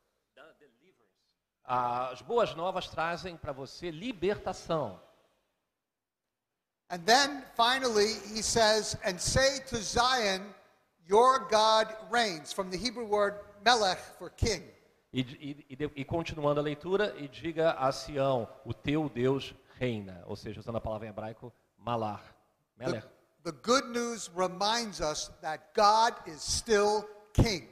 Ah, As boas novas trazem para você libertação. And then finally, he says, And say to Zion, Your God reigns, from the Hebrew word melech for king. E, d- e- e de- e continuando a leitura, e diga a Sião, o teu Deus reina. Ou seja, usando a palavra em hebraico, malar. The, Meler. the good news reminds us that God is still king.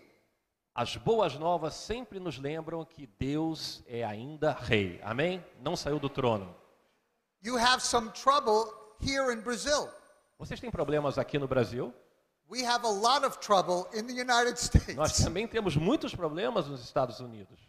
As boas novas sempre nos lembram que Deus é ainda rei. Amém? Não saiu do trono. You have some trouble here in Brazil. Vocês têm problemas aqui no Brasil? We have a lot of trouble in the United States. Nós também temos muitos problemas nos Estados Unidos.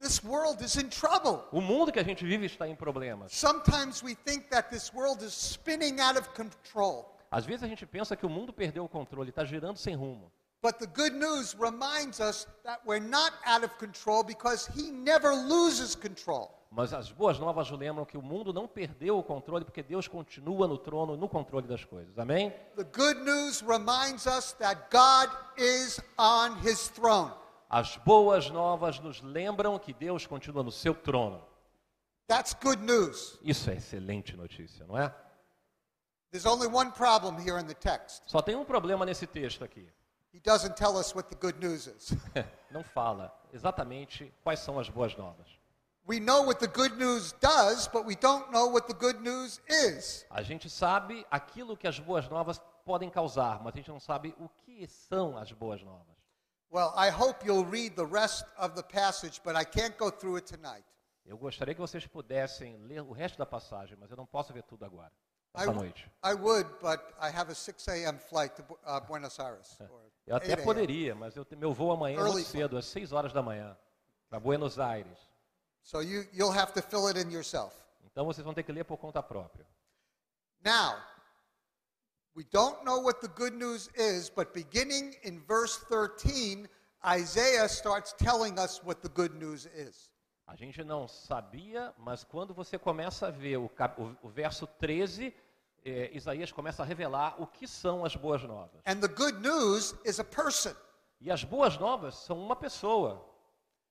This world is in trouble. O mundo que a gente vive está em problemas. Sometimes we think that this world is spinning out of control. Às vezes a gente pensa que o mundo perdeu o controle, está girando sem rumo. But the good news reminds us that we're not out of control because he never loses control. Mas as boas novas nos lembram que o mundo não perdeu o controle, porque Deus continua no trono, no controle das coisas. Amém? The good news reminds us that God is on his throne. As boas novas nos lembram que Deus continua no seu trono. That's good news. Isso é excelente notícia, não é? There's only one problem here in the text. Só tem um problema nesse texto aqui. He doesn't tell us what the good news is. Não fala exatamente quais são as boas novas. We know what the good news does, but we don't know what the good news is. A gente sabe aquilo que as boas novas podem causar, mas a gente não sabe o que são as boas novas. Well, I hope you'll read the rest of the passage, but I can't go through it tonight. Eu gostaria que vocês pudessem ler o resto da passagem, mas eu não posso ver tudo agora, I, essa noite. I would, but I have a 6 a.m. flight to Bu- uh, Buenos Aires. Eu Or 8 até a.m. poderia, mas eu, te- meu voo amanhã é Early muito cedo, às 6 horas da manhã, para Buenos Aires. So you, you'll have to fill it in yourself. Então vocês vão ter que ler por conta própria. Now, We don't know what the good news is, but beginning in verse 13, Isaiah starts telling us what the good news is. A gente não sabia, mas quando você começa a ver o, cap- o- o verso 13, eh, Isaías começa a revelar o que são as boas novas. And the good news is a person, E as boas novas são uma pessoa,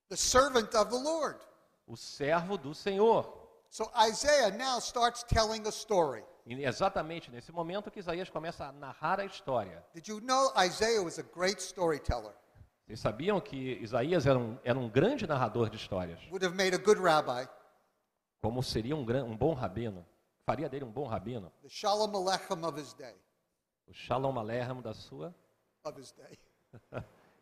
the servant of the Lord. o servo do Senhor. So Isaiah now starts telling a story. E é exatamente nesse momento que Isaías começa a narrar a história. Did you know Isaiah was a great storyteller? Vocês sabiam que Isaías era um, era um grande narrador de histórias? Would have made a good rabbi. Como seria um, gran- um bom rabino? Faria dele um bom rabino? the Shalom Alechem of his day, O Shalom Alechem da sua. of his day.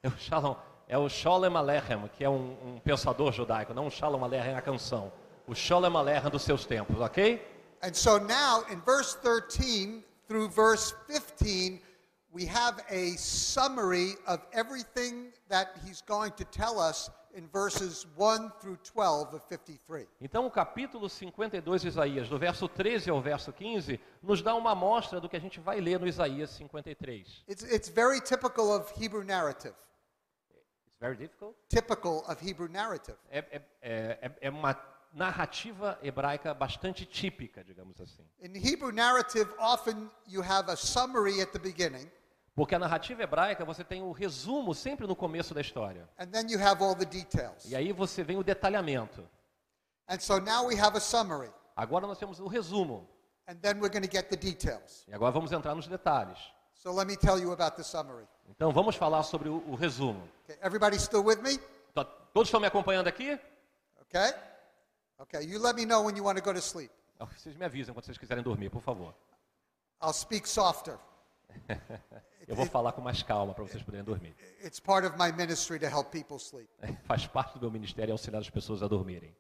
É o Shalom, é o Sholem Alechem, que é um, um pensador judaico, não o Shalom Alechem, é a canção. O Sholem Alechem dos seus tempos, ok? And so now in verse 13 through verse 15, we have a summary of everything that he's going to tell us in verses 1 through 12 of 53. Então, o capítulo 52 de Isaías, do verso 13 ao verso 15, nos dá uma amostra do que a gente vai ler no Isaías 53. It's, it's very typical of Hebrew narrative, It's very difficult. typical of Hebrew narrative. É, é, é, é- é uma narrativa hebraica bastante típica, digamos assim. In Hebrew narrative, often you have a summary at the beginning, Porque a narrativa hebraica, você tem o resumo sempre no começo da história. and then you have all the details. E aí você vem o detalhamento. And so now we have a summary, Agora nós temos o resumo. and then we're going to get the details. E agora vamos entrar nos detalhes. So let me tell you about the summary. Então vamos falar sobre o, o resumo. Okay, everybody still with me? Tá- Todos estão me acompanhando aqui? Okay? Okay, you let me know when you want to go to sleep. Ah, Vocês me avisam quando vocês quiserem dormir, por favor. I'll speak softer. Eu vou falar com mais calma para vocês poderem dormir. It's part of my ministry to help people sleep, Faz parte do meu ministério auxiliar as pessoas a dormirem.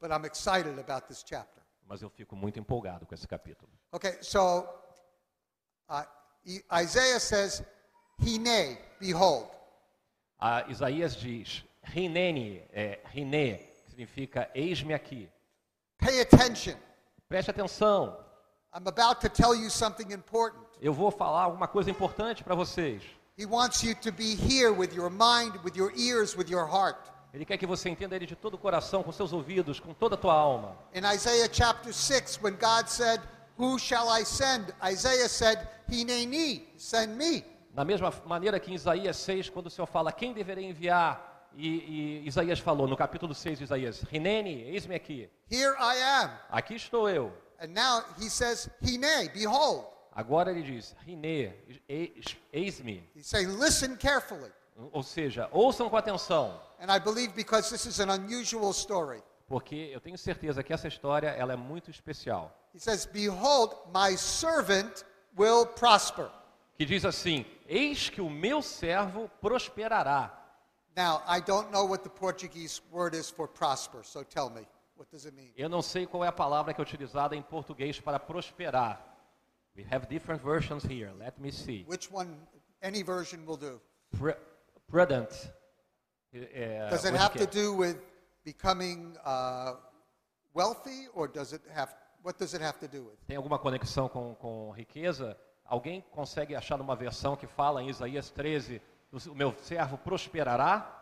but I'm excited about this chapter. Mas eu fico muito empolgado com esse capítulo. Okay, so uh, I- Isaiah says, Hine, behold. A Isaías diz, Rinene, é, Rine, que significa eis-me aqui. Pay attention. Preste atenção, I'm about to tell you something important. eu vou falar alguma coisa importante para vocês. He wants you to be here with your mind, with your ears, with your heart. Ele quer que você entenda ele de todo o coração, com seus ouvidos, com toda a tua alma. In Isaiah chapter 6, when God said, Who shall I send? Isaiah said, Hineni, send me. Da mesma maneira que em Isaías 6, quando o Senhor fala quem deverei enviar, e, e Isaías falou no capítulo 6 de Isaías: Rinene, eis-me aqui, Here I am. aqui estou eu. And now he says, Hine, behold. Agora ele diz: Rine, eis- eis-me. He's saying, Listen carefully. Ou seja, ouçam com atenção, And I believe because this is an unusual story. porque eu tenho certeza que essa história ela é muito especial. He says, Behold, my servant will prosper. Que diz assim: Eis que o meu servo prosperará. Now, I don't know what the Portuguese word is for prosper, so tell me, what does it mean? Eu não sei qual é a palavra que é utilizada em português para prosperar. We have different versions here. Let me see. Which one, any version will do. Pre- prudent. É, Does it onde have que to é? do with becoming uh, wealthy, or does it have? What does it have to do with? Tem alguma conexão com, com riqueza? Alguém consegue achar uma versão que fala em Isaías 13, o meu servo prosperará?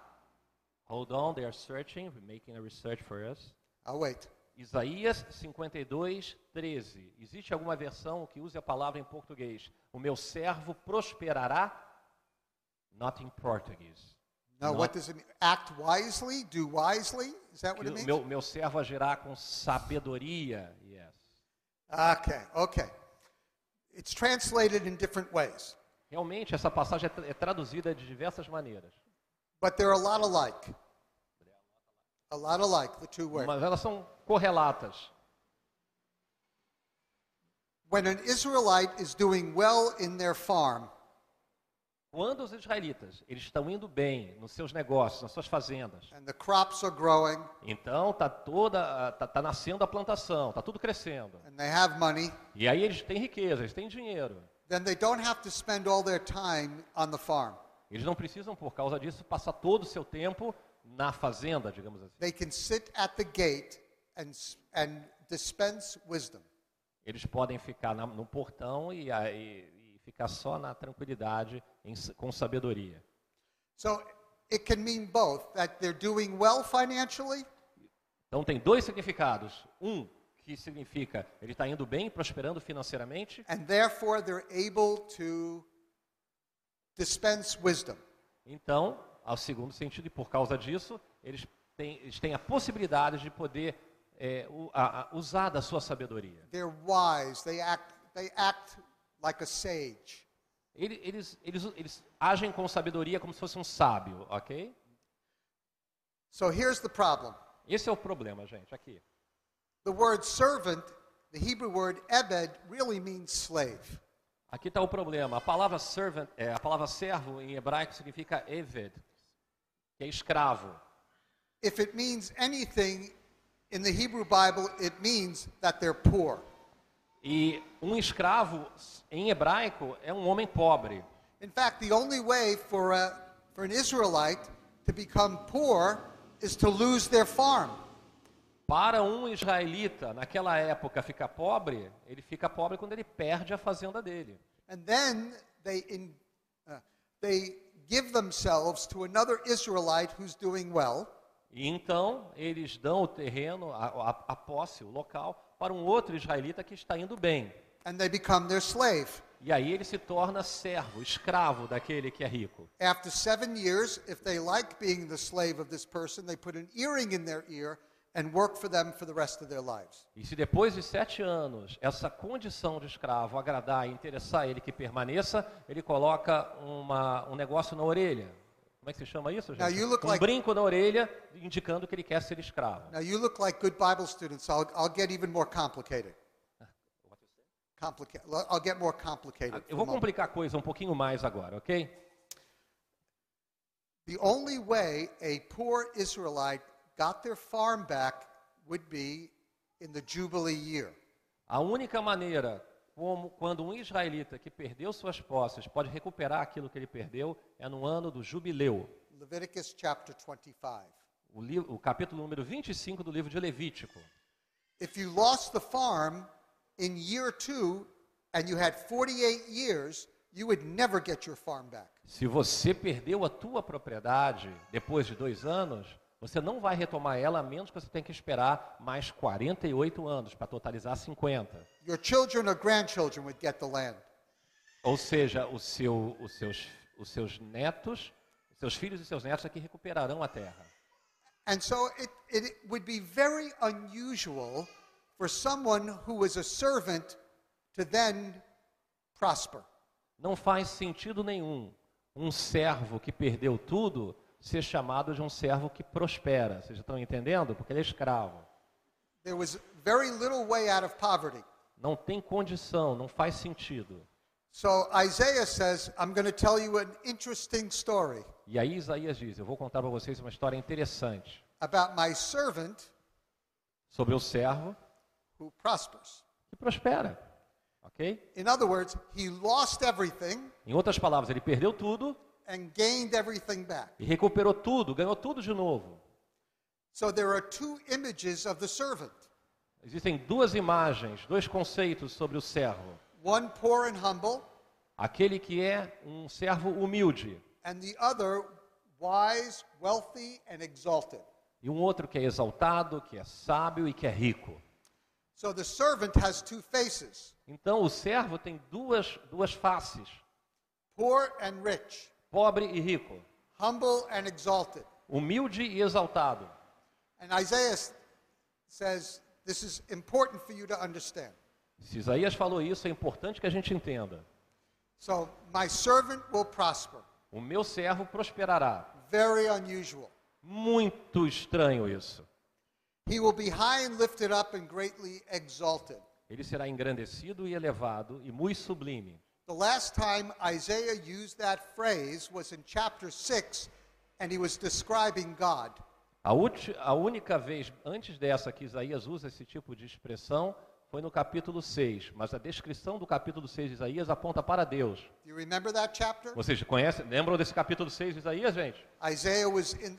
Hold on, they are searching, We're making a research for us. I'll Oh, wait. Isaías 52, 13. Existe alguma versão que use a palavra em português? O meu servo prosperará? Not in Portuguese. No, No. what does it mean? Act wisely, do wisely. Is that what Que it o means? meu, meu servo agirá com sabedoria. Yes. Okay, okay. It's translated in different ways, Realmente, essa passagem é tra- é traduzida de diversas maneiras. but they're a lot alike. A lot alike, the two words. Mas elas são correlatas. When an Israelite is doing well in their farm, Quando os israelitas eles estão indo bem nos seus negócios, nas suas fazendas, and the crops are growing, então tá toda tá, tá nascendo a plantação, tá tudo crescendo. and they have money, E aí eles têm riqueza, eles têm dinheiro. then they don't have to spend all their time on the farm. Eles não precisam por causa disso passar todo o seu tempo na fazenda, digamos assim. They can sit at the gate and, s- and dispense wisdom. Eles podem ficar na- no portão e, aí- e ficar só na tranquilidade, em s- com sabedoria. So it can mean both that they're doing well financially Então tem dois significados. Um, que significa ele está indo bem, prosperando financeiramente, and therefore they're able to dispense wisdom. Então, ao segundo sentido, e por causa disso, eles têm, eles têm a possibilidade de poder é, u- a- a- usar da sua sabedoria. They're wise. They act, they act like a sage. Ele- Eles, eles, eles agem com sabedoria como se fosse um sábio, ok? So here's the problem. Esse é o problema, gente, aqui. The word servant, the Hebrew word ebed, really means slave. Aqui está o problema. A palavra servant, é, a palavra servo em hebraico significa eved, que é escravo. If it means anything in the Hebrew Bible, it means that they're poor. E um escravo em hebraico é um homem pobre. In fact, the only way for, a, for an Israelite to become poor is to lose their farm. Para um israelita, naquela época, ficar pobre, ele fica pobre quando ele perde a fazenda dele. And then they, in, uh, they give themselves to another Israelite who's doing well, E então eles dão o terreno, a, a, a posse, o local, para um outro israelita que está indo bem. and they become their slave. E aí ele se torna servo, escravo daquele que é rico. After seven years, if they like being the slave of this person, they put an earring in their ear and work for them for the rest of their lives. E se depois de sete anos essa condição de escravo agradar e interessar ele que permaneça, ele coloca uma, um negócio na orelha. Como é que se chama isso, Now gente? you look Um like- brinco na orelha, indicando que ele quer ser escravo. Now, you look like good Bible students. so I'll, I'll get even more complicated. Complicated. I'll get more complicated. for Ah, Eu a vou moment. complicar a coisa um pouquinho mais agora, ok? The only way a poor Israelite got their farm back would be in the Jubilee year. A única maneira como quando um israelita que perdeu suas posses pode recuperar aquilo que ele perdeu é no ano do jubileu. Leviticus chapter 25. O, li- o capítulo número 25 do livro de Levítico. If you lost the farm in year two and you had 48 years, you would never get your farm back. Se você perdeu a tua propriedade depois de dois anos, você não vai retomar ela, a menos que você tenha que esperar mais 48 anos para totalizar 50. Your children or grandchildren would get the land. Ou seja, o seu- os, seus, os seus netos, seus filhos e seus netos é que recuperarão a terra. And so it, it would be very unusual for someone who was a servant to then prosper. Não faz sentido nenhum um servo que perdeu tudo ser chamado de um servo que prospera. Vocês estão entendendo? Porque ele é escravo. There was very little way out of poverty. Não tem condição, não faz sentido. So Isaiah says, I'm going to tell you an interesting story E aí Isaías diz: Eu vou contar para vocês uma história interessante about my servant sobre o servo who prospers. que prospera. Ok? In other words, he lost everything Em outras palavras, ele perdeu tudo and gained everything back. e recuperou tudo, ganhou tudo de novo. So there are two images of the servant Existem duas imagens, dois conceitos sobre o servo: one poor and humble, aquele que é um servo humilde and the other wise, wealthy, and exalted. e um outro que é exaltado, que é sábio e que é rico. So the servant has two faces Então o servo tem duas, duas faces, poor and rich, pobre e rico, humble and exalted. humilde e exaltado. And Isaiah s- says, This is important for you to understand. Se Isaías falou isso, é importante que a gente entenda. So, my servant will prosper. O meu servo prosperará. Very unusual. Muito estranho isso. He will be high and lifted up and greatly exalted. Ele será engrandecido e elevado e muito sublime. The last time Isaiah used that phrase was in chapter 6, and he was describing God. A, ulti- a única vez antes dessa que Isaías usa esse tipo de expressão foi no capítulo 6, mas a descrição do capítulo 6 de Isaías aponta para Deus. Do you remember that chapter? Vocês conhecem, lembram desse capítulo 6 de Isaías, gente? Isaiah was in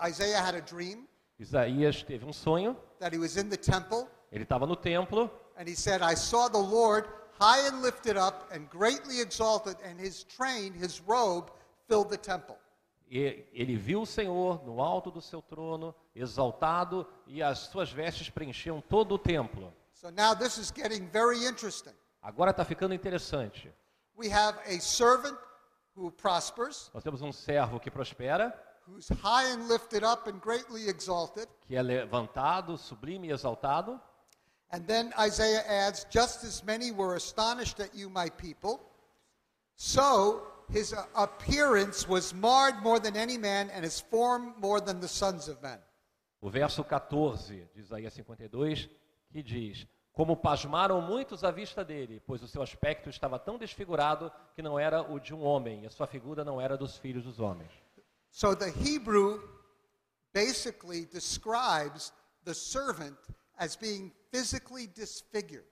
Isaiah had a dream Isaías teve um sonho, that he was in the temple ele estava no templo and he said, "I saw the Lord high and lifted up and greatly exalted, and his train, his robe, filled the temple. E ele viu o Senhor no alto do seu trono, exaltado, e as suas vestes preenchiam todo o templo. So now this is getting very interesting. Agora está ficando interessante. We have a servant who prospers, Nós temos um servo que prospera, who's high and lifted up and greatly exalted. que é levantado, sublime e exaltado. And then Isaiah adds, Just as many were astonished at you, my people, so his uh, appearance was marred more than any man, and his form more than the sons of men. O verso 14 de Isaías 52, que diz: Como pasmaram muitos à vista dele, pois o seu aspecto estava tão desfigurado que não era o de um homem, e a sua figura não era dos filhos dos homens. So the Hebrew basically describes the servant as being physically disfigured.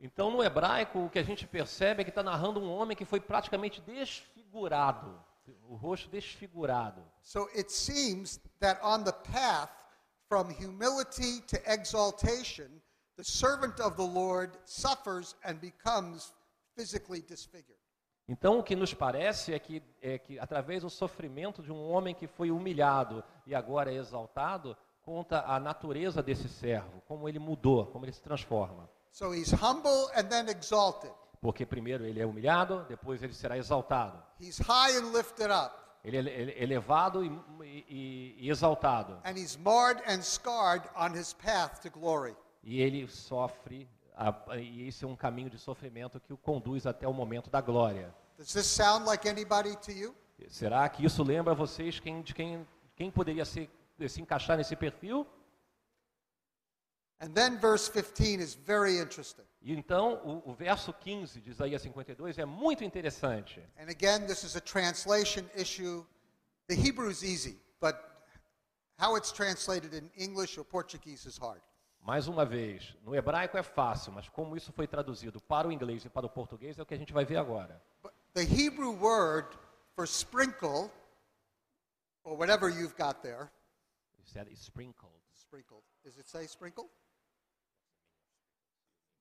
Então, no hebraico, o que a gente percebe é que está narrando um homem que foi praticamente desfigurado, o rosto desfigurado. So it seems that on the path from humility to exaltation, the servant of the Lord suffers and becomes physically disfigured. Então, o que nos parece é que, é que, através do sofrimento de um homem que foi humilhado e agora é exaltado, conta a natureza desse servo, como ele mudou, como ele se transforma. So he's humble and then exalted. Porque primeiro ele é humilhado, depois ele será exaltado. He's high and lifted up, Ele é ele- ele é elevado e, e- e exaltado. and he's marred and scarred on his path to glory. E ele sofre, a- e esse é um caminho de sofrimento que o conduz até o momento da glória. Does this sound like anybody to you? Será que isso lembra vocês quem, de quem, quem poderia se, se encaixar nesse perfil? And then verse 15 is very interesting. E então, o, o verso 15 de Isaías 52 é muito interessante. And again, this is a translation issue. The Hebrew is easy, but how it's translated in English or Portuguese is hard. Mais uma vez, no hebraico é fácil, mas como isso foi traduzido para o inglês e para o português é o que a gente vai ver agora. But the Hebrew word for sprinkle, or whatever you've got there, It said sprinkled. sprinkled. Does it say sprinkle?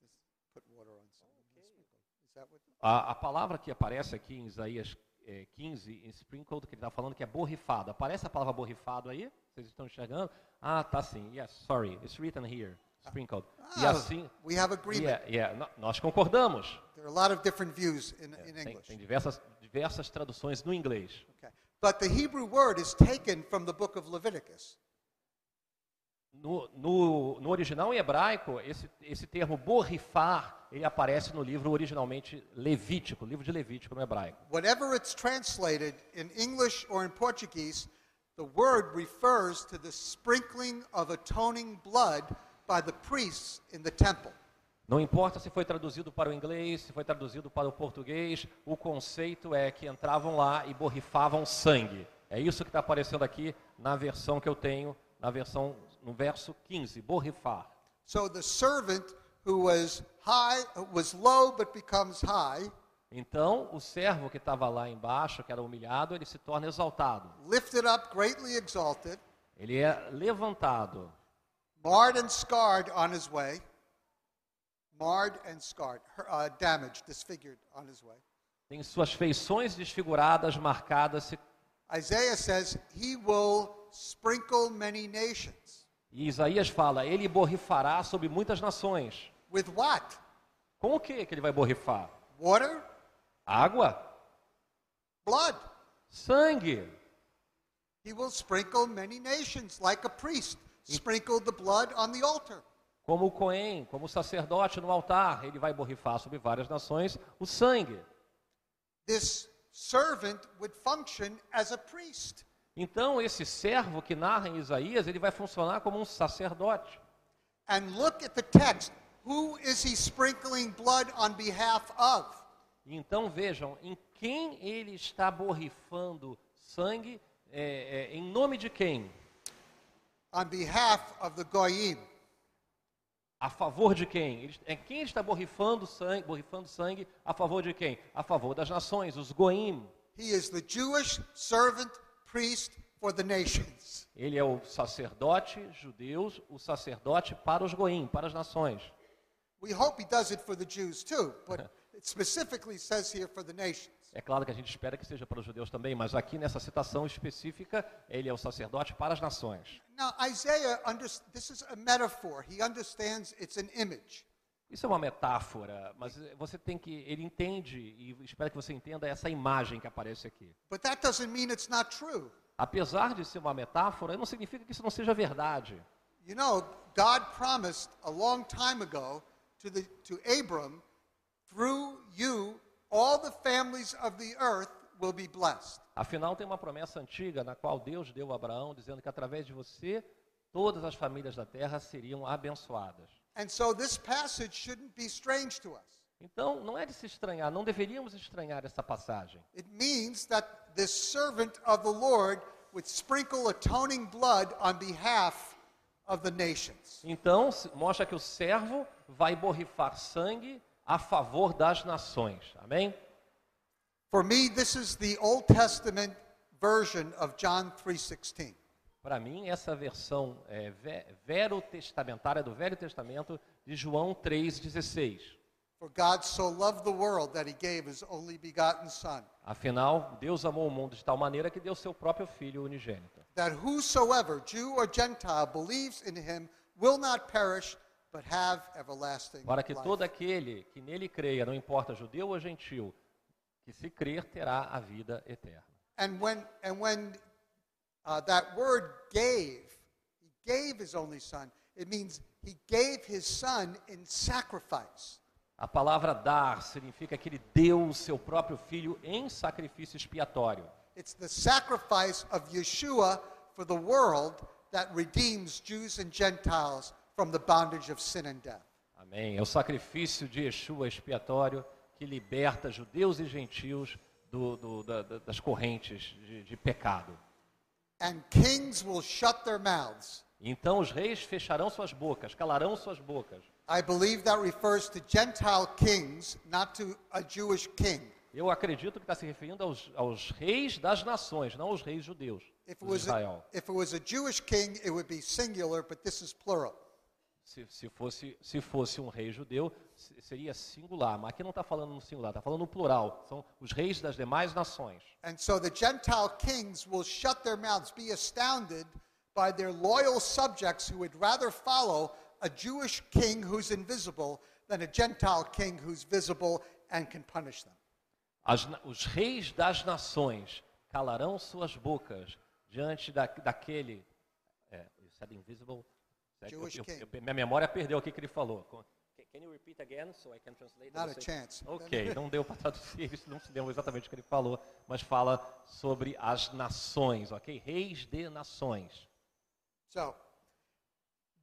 Just put water on something. and sprinkle. Is that what? A, a palavra que aparece aqui em Isaías eh, 15, em sprinkled, que ele está falando que é borrifado. Aparece a palavra borrifado aí? Vocês estão enxergando? Ah, tá sim. Yes, sorry. It's written here. Sprinkled. e Ah, assim. we have agreement. Yeah, yeah, no- nós concordamos. There are a lot of different views in, in Tem, English. tem diversas, diversas traduções no inglês. Okay. But the Hebrew word is taken from the book of Leviticus. No, no, no original em hebraico, esse, esse termo borrifar, ele aparece no livro originalmente levítico, livro de Levítico no hebraico. Whatever it's translated in English or in Portuguese, the word refers to the sprinkling of atoning blood by the priests in the temple. Não importa se foi traduzido para o inglês, se foi traduzido para o português, o conceito é que entravam lá e borrifavam sangue. É isso que está aparecendo aqui na versão que eu tenho, na versão, no verso 15, borrifar. So the servant who was high was low but becomes high, Então, o servo que estava lá embaixo, que era humilhado, ele se torna exaltado. lifted up, greatly exalted, Ele é levantado, marred and scarred on his way, marred and scarred, her- uh, damaged, disfigured on his way. tem suas feições desfiguradas, marcadas, e- Isaiah says, He will sprinkle many nations. e Isaías fala, ele borrifará sobre muitas nações. With what? Com o que que ele vai borrifar? Water? Água? Blood. Sangue? He will sprinkle many nations like a priest sprinkled the blood on the altar. Como o Cohen, como o sacerdote no altar, ele vai borrifar sobre várias nações o sangue. This servant would function as a priest. Então, esse servo que narra em Isaías, ele vai funcionar como um sacerdote. And look at the text. Who is he sprinkling blood on behalf of? Então, vejam em quem ele está borrifando sangue, é, é, em nome de quem? On behalf of the Goyim. A favor de quem? Ele- É quem está borrifando sangue, borrifando sangue a favor de quem? A favor das nações, os goim. He is the Jewish servant priest for the nations. Ele é o sacerdote judeus, o sacerdote para os goim, para as nações. We hope he does it for the Jews too, but it specifically says here for the nations. É claro que a gente espera que seja para os judeus também, mas aqui nessa citação específica, ele é o sacerdote para as nações. Now, Isaiah, under, this is a metaphor. He understands it's an image. Isso é uma metáfora, mas eh, você tem que. Ele entende e espero que você entenda essa imagem que aparece aqui. But that doesn't mean it's not true. Apesar de ser uma metáfora, não significa que isso não seja verdade. You know, God promised a long time ago to, the, to Abram, through you, all the families of the earth will be blessed. Afinal, tem uma promessa antiga na qual Deus deu a Abraão, dizendo que através de você, todas as famílias da terra seriam abençoadas. And so this passage shouldn't be strange to us. Então, não é de se estranhar, não deveríamos estranhar essa passagem. It means that this servant of the Lord would sprinkle atoning blood on behalf of the nations. Então, se- mostra que o servo vai borrifar sangue a favor das nações. Amém? For me, this is the Old Testament version of John 3:16. Para mim, essa versão é, ve- verotestamentária do Velho Testamento de João 3,16. For God so loved the world that he gave his only begotten son, Afinal, Deus amou o mundo de tal maneira que deu seu próprio filho unigênito. that whosoever, Jew or Gentile, believes in him will not perish but have everlasting Para que life. todo aquele que nele creia, não importa judeu ou gentil, que se crer terá a vida eterna. And when, and when uh, that word gave, he gave his only son, it means he gave his son in sacrifice. A palavra dar significa que ele deu o seu próprio filho em sacrifício expiatório. It's the sacrifice of Yeshua for the world that redeems Jews and Gentiles from the bondage of sin and death. Amém. É o sacrifício de Yeshua expiatório que liberta judeus e gentios do- do- da- da- das correntes de, de pecado. And kings will shut their mouths. Então os reis fecharão suas bocas, calarão suas bocas. I believe that refers to Gentile kings, not to a Jewish king. Eu acredito que está se referindo aos, aos reis das nações, não aos reis judeus If it, de was a, Israel. if it was a Jewish king, it would be singular, but this is plural. Se, se fosse, se fosse um rei judeu, se- seria singular. Mas aqui não está falando no singular, está falando no plural. São os reis das demais nações. And so the Gentile kings will shut their mouths, be astounded by their loyal subjects who would rather follow a Jewish king who's invisible than a Gentile king who's visible and can punish them. As na- os reis das nações calarão suas bocas diante da, daquele. É, you said invisible. é Eu- Jewish eu- king. eu- minha memória perdeu o que que ele falou. Co- Can- Can you repeat again so I can translate? Not and say- a chance. Ok, não deu para traduzir, isso não se deu exatamente o que ele falou, mas fala sobre as nações, ok? Reis de nações. So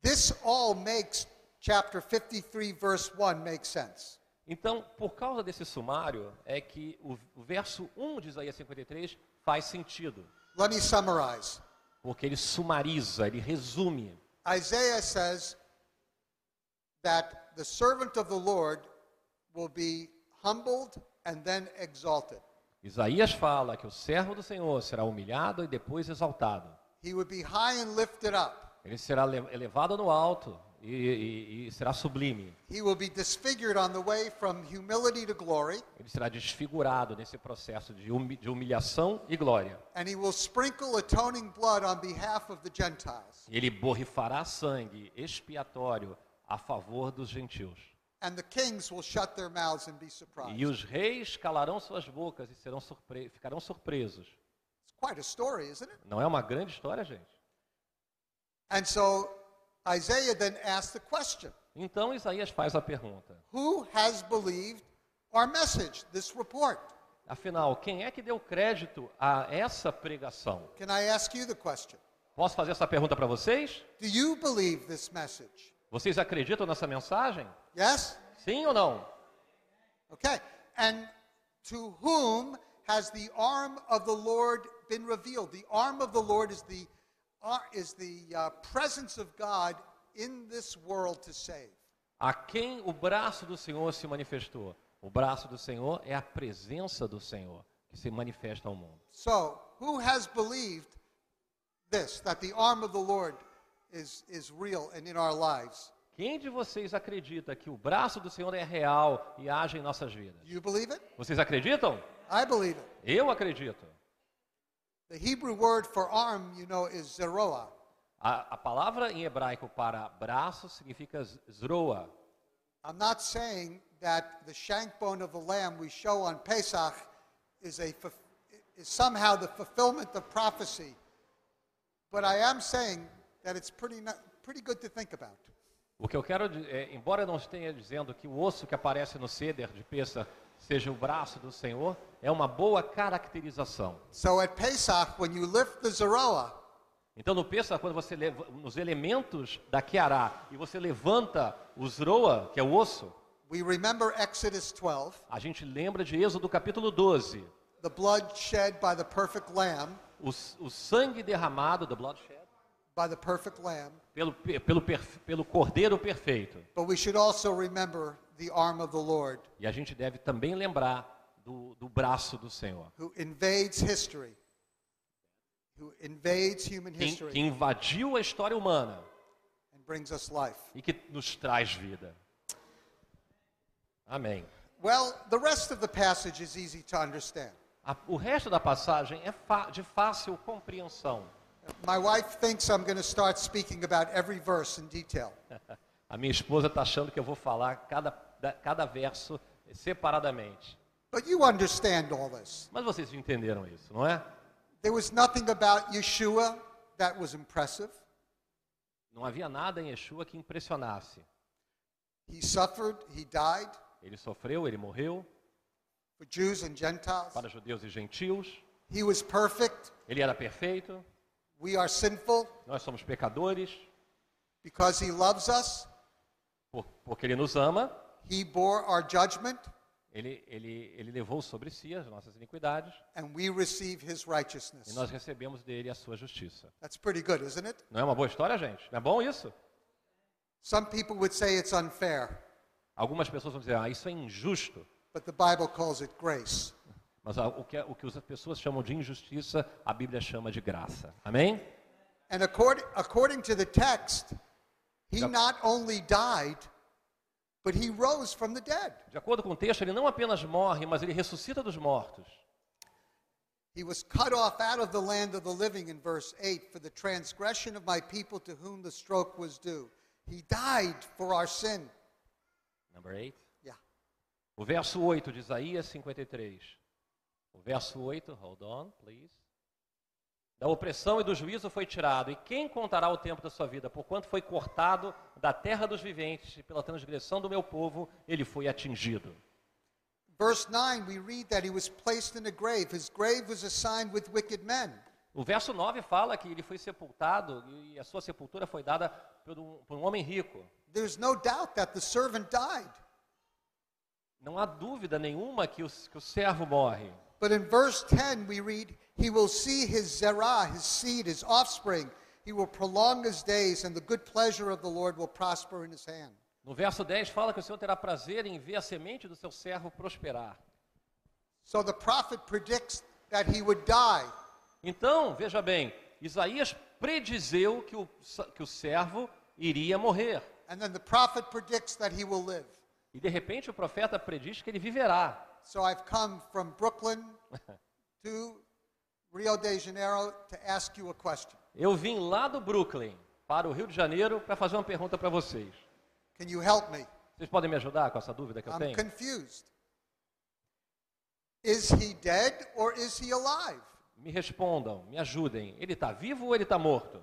this all makes chapter 53 verse 1 make sense. Então, por causa desse sumário, é que o, o verso 1 de Isaías 53 faz sentido, Let me summarize. porque ele sumariza, ele resume. Isaiah says that the servant of the Lord will be humbled and then exalted. Isaías fala que o servo do Senhor será humilhado e depois exaltado. He would be high and lifted up. Ele será le- elevado no alto e, e- e será sublime. He will be disfigured on the way from humility to glory, Ele será desfigurado nesse processo de, humi- de humilhação e glória. and he will sprinkle atoning blood on behalf of the Gentiles. Ele borrifará sangue expiatório a favor dos gentios. And the kings will shut their mouths and be surprised. E os reis calarão suas bocas e serão surpre ficarão surpresos. It's quite a story, isn't it? Não é uma grande história, gente? And so Isaiah then asks the question Então Isaías faz a pergunta: Who has believed our message, this report? Afinal, quem é que deu crédito a essa pregação? Can I ask you the question? Posso fazer essa pergunta para vocês? Do you believe this message? Vocês acreditam nessa mensagem? Yes? Sim ou não? Okay. And to whom has the arm of the Lord been revealed? The arm of the Lord is the, ar- is the uh, presence of God in this world to save. A quem o braço do Senhor se manifestou? O braço do Senhor é a presença do Senhor que se manifesta ao mundo. So, who has believed this, that the arm of the Lord is, is real and in our lives? Quem de vocês acredita que o braço do Senhor é real e age em nossas vidas? You believe it? Vocês acreditam? I believe it. Eu acredito. The Hebrew word for arm, you know, is zeroah. A, a palavra em hebraico para braço significa z- zroa. I'm not saying that the shank bone of the lamb we show on Pesach is, a, fu- is somehow the fulfillment of prophecy, but I am saying that it's pretty, no- pretty good to think about. O que eu quero, di- é, embora eu não esteja dizendo que o osso que aparece no ceder de peça seja o braço do Senhor, é uma boa caracterização. So at Pesach, when you lift the zeroah, Então no peça, quando você leva nos elementos da Kiará e você levanta o zroa, que é o osso, we remember Exodus 12, a gente lembra de Êxodo capítulo 12, the blood shed by the perfect lamb, o, s- o sangue derramado do bloodshed by the perfect lamb, pelo pe- pelo perf- pelo cordeiro perfeito. but we should also remember the arm of the Lord E a gente deve também lembrar do, do braço do Senhor, who invades history, who invades human que, history. que invadiu a história humana and brings us life. e que nos traz vida. Amém. Well, the rest of the passage is easy to understand. A- o resto da passagem é fa- de fácil compreensão. My wife thinks I'm going to start speaking about every verse in detail. A minha esposa está achando que eu vou falar cada, da- cada verso separadamente. But you understand all this. Mas vocês entenderam isso, não é? There was nothing about Yeshua that was impressive. Não havia nada em Yeshua que impressionasse. He suffered, he died Ele sofreu, ele morreu for Jews and Gentiles. para judeus e gentios. He was perfect. Ele era perfeito. We are sinful Nós somos pecadores, because he loves us. por- porque ele nos ama. He bore our judgment Ele, ele, ele levou sobre si as nossas iniquidades and we receive his e righteousness. nós recebemos dele a sua justiça. That's pretty good, isn't it? Não é uma boa história, gente? Não é bom isso? Some people would say it's unfair, Algumas pessoas vão dizer, ah, isso é injusto. but the Bible calls it grace. Mas ah, o que, o que as pessoas chamam de injustiça, a Bíblia chama de graça. Amém? And accord, according to the text, he Yep. not only died, but he rose from the dead. De acordo com o texto, ele não apenas morre, mas ele ressuscita dos mortos. He was cut off out of the land of the living in verse 8 for the transgression of my people to whom the stroke was due. He died for our sin. Number eight. Yeah. O verso 8 de Isaías 53. O verso 8, hold on, please. Da opressão e do juízo foi tirado, e quem contará o tempo da sua vida? Porquanto foi cortado da terra dos viventes, e pela transgressão do meu povo, ele foi atingido. Verse 9, we read that he was placed in a grave. His grave was assigned with wicked men. O verso 9 fala que ele foi sepultado e a sua sepultura foi dada por um, por um homem rico. There's no doubt that the servant died. Não há dúvida nenhuma que o, que o servo morre. But in verse 10, we read, He will see his zerah, his seed, his offspring. He will prolong his days, and the good pleasure of the Lord will prosper in his hand. No verso 10 fala que o Senhor terá prazer em ver a semente do seu servo prosperar. So the prophet predicts that he would die. Então, veja bem, Isaías predizeu que o, que o servo iria morrer. And then the prophet predicts that he will live. E de repente o profeta prediz que ele viverá. So I've come from Brooklyn to Rio de Janeiro to ask you a question. Eu vim lá do Brooklyn para o Rio de Janeiro para fazer uma pergunta para vocês. Can you help me? Vocês podem me ajudar com essa dúvida que eu I'm tenho? confused. Is he dead or is he alive? Me respondam, me ajudem. Ele está vivo ou ele está morto?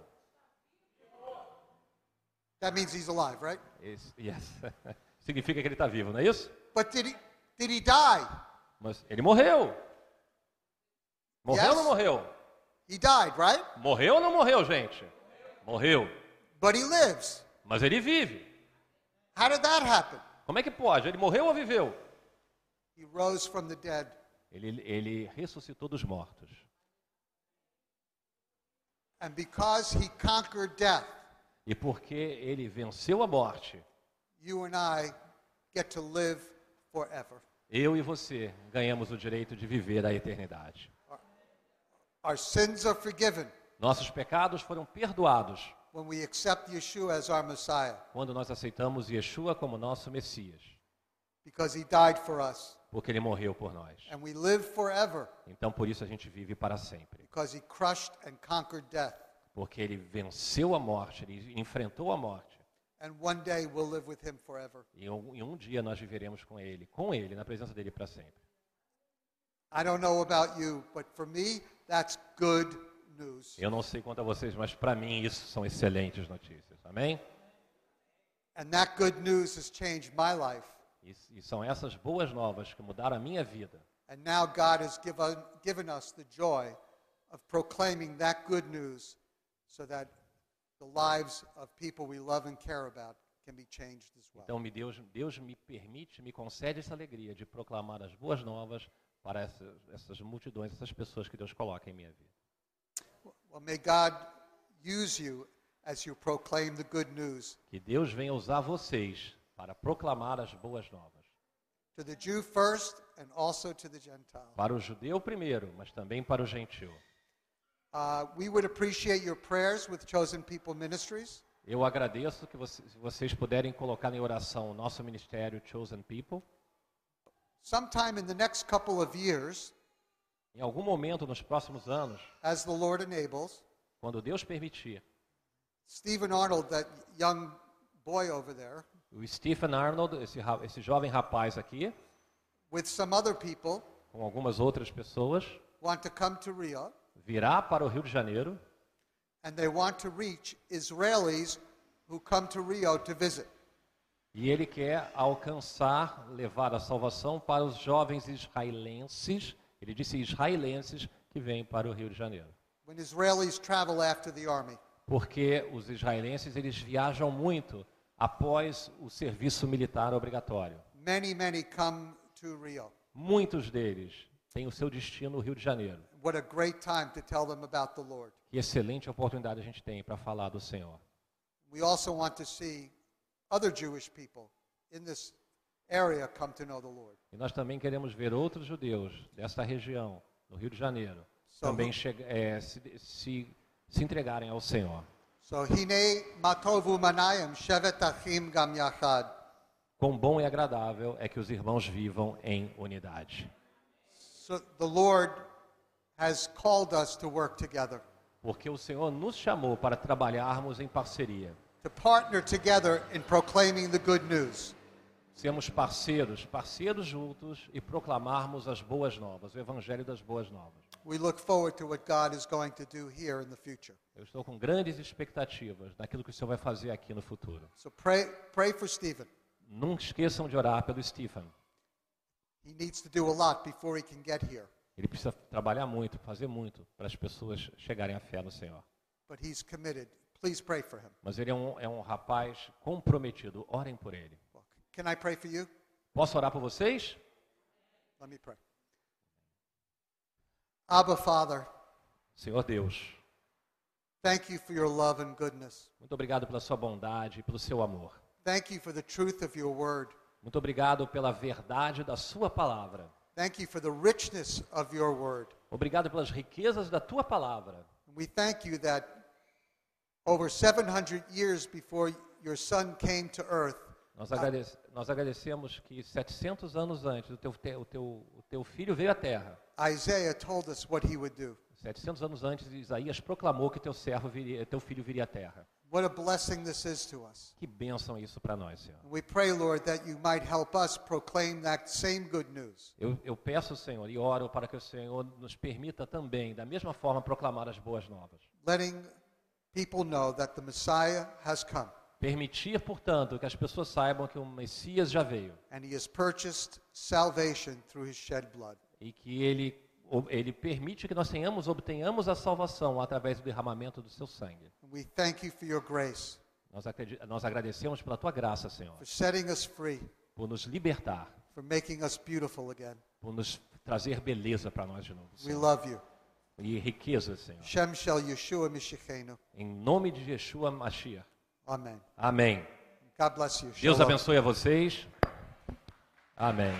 That means he's alive, right? Esse- yes. Significa que ele está vivo, não é isso? But did he, did he die? Mas ele morreu. Morreu ou Yes. não morreu? He died, right? Morreu ou não morreu, gente? Morreu. But he lives. Mas ele vive. How did that happen? Como é que pode? Ele morreu ou viveu? He rose from the dead. Ele, ele ressuscitou dos mortos. And because he conquered death, E porque ele venceu a morte, you and I get to live forever. eu e você ganhamos o direito de viver a eternidade. Our sins are forgiven. Nossos pecados foram perdoados. when we accept Yeshua as our Messiah quando nós aceitamos Yeshua como nosso Messias, because he died for us porque ele morreu por nós. and we live forever Então por isso a gente vive para sempre, because he crushed and conquered death. porque ele venceu a morte, ele enfrentou a morte. And one day we'll live with him forever. E um, e um dia nós viveremos com ele, com ele, na presença dele para sempre. I don't know about you, but for me, that's good news. Eu não sei quanto a vocês, mas para mim isso são excelentes notícias. Amém? And that good news has changed my life. E, e são essas boas novas que mudaram a minha vida. And now God has given, given us the joy of proclaiming that good news so that the lives of people we love and care about can be changed as well. Então me Deus, Deus me permite, me concede essa alegria de proclamar as boas novas para essas, essas multidões, essas pessoas que Deus coloca em minha vida. Well, may God use you as you proclaim the good news. Que Deus venha usar vocês para proclamar as boas novas. To the Jew first and also to the Gentile. Para o judeu primeiro, mas também para o gentil. Uh, we would appreciate your prayers with Chosen People Ministries. Eu agradeço que vocês, se vocês puderem colocar em oração o nosso ministério Chosen People. Sometime in the next couple of years, Em algum momento nos próximos anos, as the Lord enables, quando Deus permitir, Stephen Arnold, that young boy over there, o Stephen Arnold, esse, ra- esse jovem rapaz aqui, with some other people, com algumas outras pessoas, want to come to Rio virá para o Rio de Janeiro and they want to reach Israelis who come to Rio to visit. e ele quer alcançar, levar a salvação para os jovens israelenses. Ele disse israelenses que vêm para o Rio de Janeiro. When Israelis travel after the army, porque os israelenses eles viajam muito após o serviço militar obrigatório. many, many come to Rio. Muitos deles têm o seu destino no Rio de Janeiro. What a great time to tell them about the Lord. Que excelente oportunidade a gente tem para falar do Senhor. We also want to see other Jewish people in this area come to know the Lord. E nós também queremos ver outros judeus dessa região, no Rio de Janeiro, Só também vou- chega- eh, se, se, se entregarem ao Senhor. So hine matovu manayim shevet achim gam yachad. Quão bom e agradável é que os irmãos vivam em unidade. So the Lord has called us to work together, Porque o Senhor nos chamou para trabalharmos em parceria. to partner together in proclaiming the good news. sermos parceiros, parceiros juntos e proclamarmos as boas novas, o evangelho das boas novas. We look forward to what God is going to do here in the future. Eu estou com grandes expectativas daquilo que o Senhor vai fazer aqui no futuro. So pray, pray for Stephen. Não esqueçam de orar pelo Stephen. He needs to do a lot before he can get here, Ele precisa trabalhar muito, fazer muito para as pessoas chegarem à fé no Senhor. but he's committed. Please pray for him. Mas ele é um, é um rapaz comprometido. Orem por ele. Can I pray for you? Posso orar por vocês? Let me pray. Abba, Father, Senhor Deus, thank you for your love and goodness. muito obrigado pela sua bondade e pelo seu amor. Thank you for the truth of your word. Muito obrigado pela verdade da sua palavra. Thank you for the richness of your word. Obrigado pelas riquezas da tua palavra. We thank you that over 700 years before your son came to earth, Nós, agradece- nós agradecemos que 700 anos antes o teu, te- o, teu, o teu filho veio à terra. Isaiah told us what he would do. 700 anos antes, Isaías proclamou que teu, servo viria, teu filho viria à terra. What a blessing this is to us. Que bênção isso para nós, Senhor. We pray, Lord, that you might help us proclaim that same good news. Eu, eu peço, Senhor, e oro para que o Senhor nos permita também, da mesma forma, proclamar as boas novas. letting people know that the Messiah has come Permitir, portanto, que as pessoas saibam que o Messias já veio and he has purchased salvation through his shed blood. e que ele, o- ele permite que nós tenhamos, obtenhamos a salvação através do derramamento do seu sangue. And we thank you for your grace, Nós, acredi- nós agradecemos pela tua graça, Senhor. for setting us free, por nos libertar, for making us beautiful again. por nos trazer beleza para nós de novo. We Senhor. love you. E riqueza, Senhor. Shem Shel Yeshua Mishichenu. Em nome de Yeshua Mashiach. Amen. Amém. God bless you. Deus Shalom. abençoe a vocês. Amém.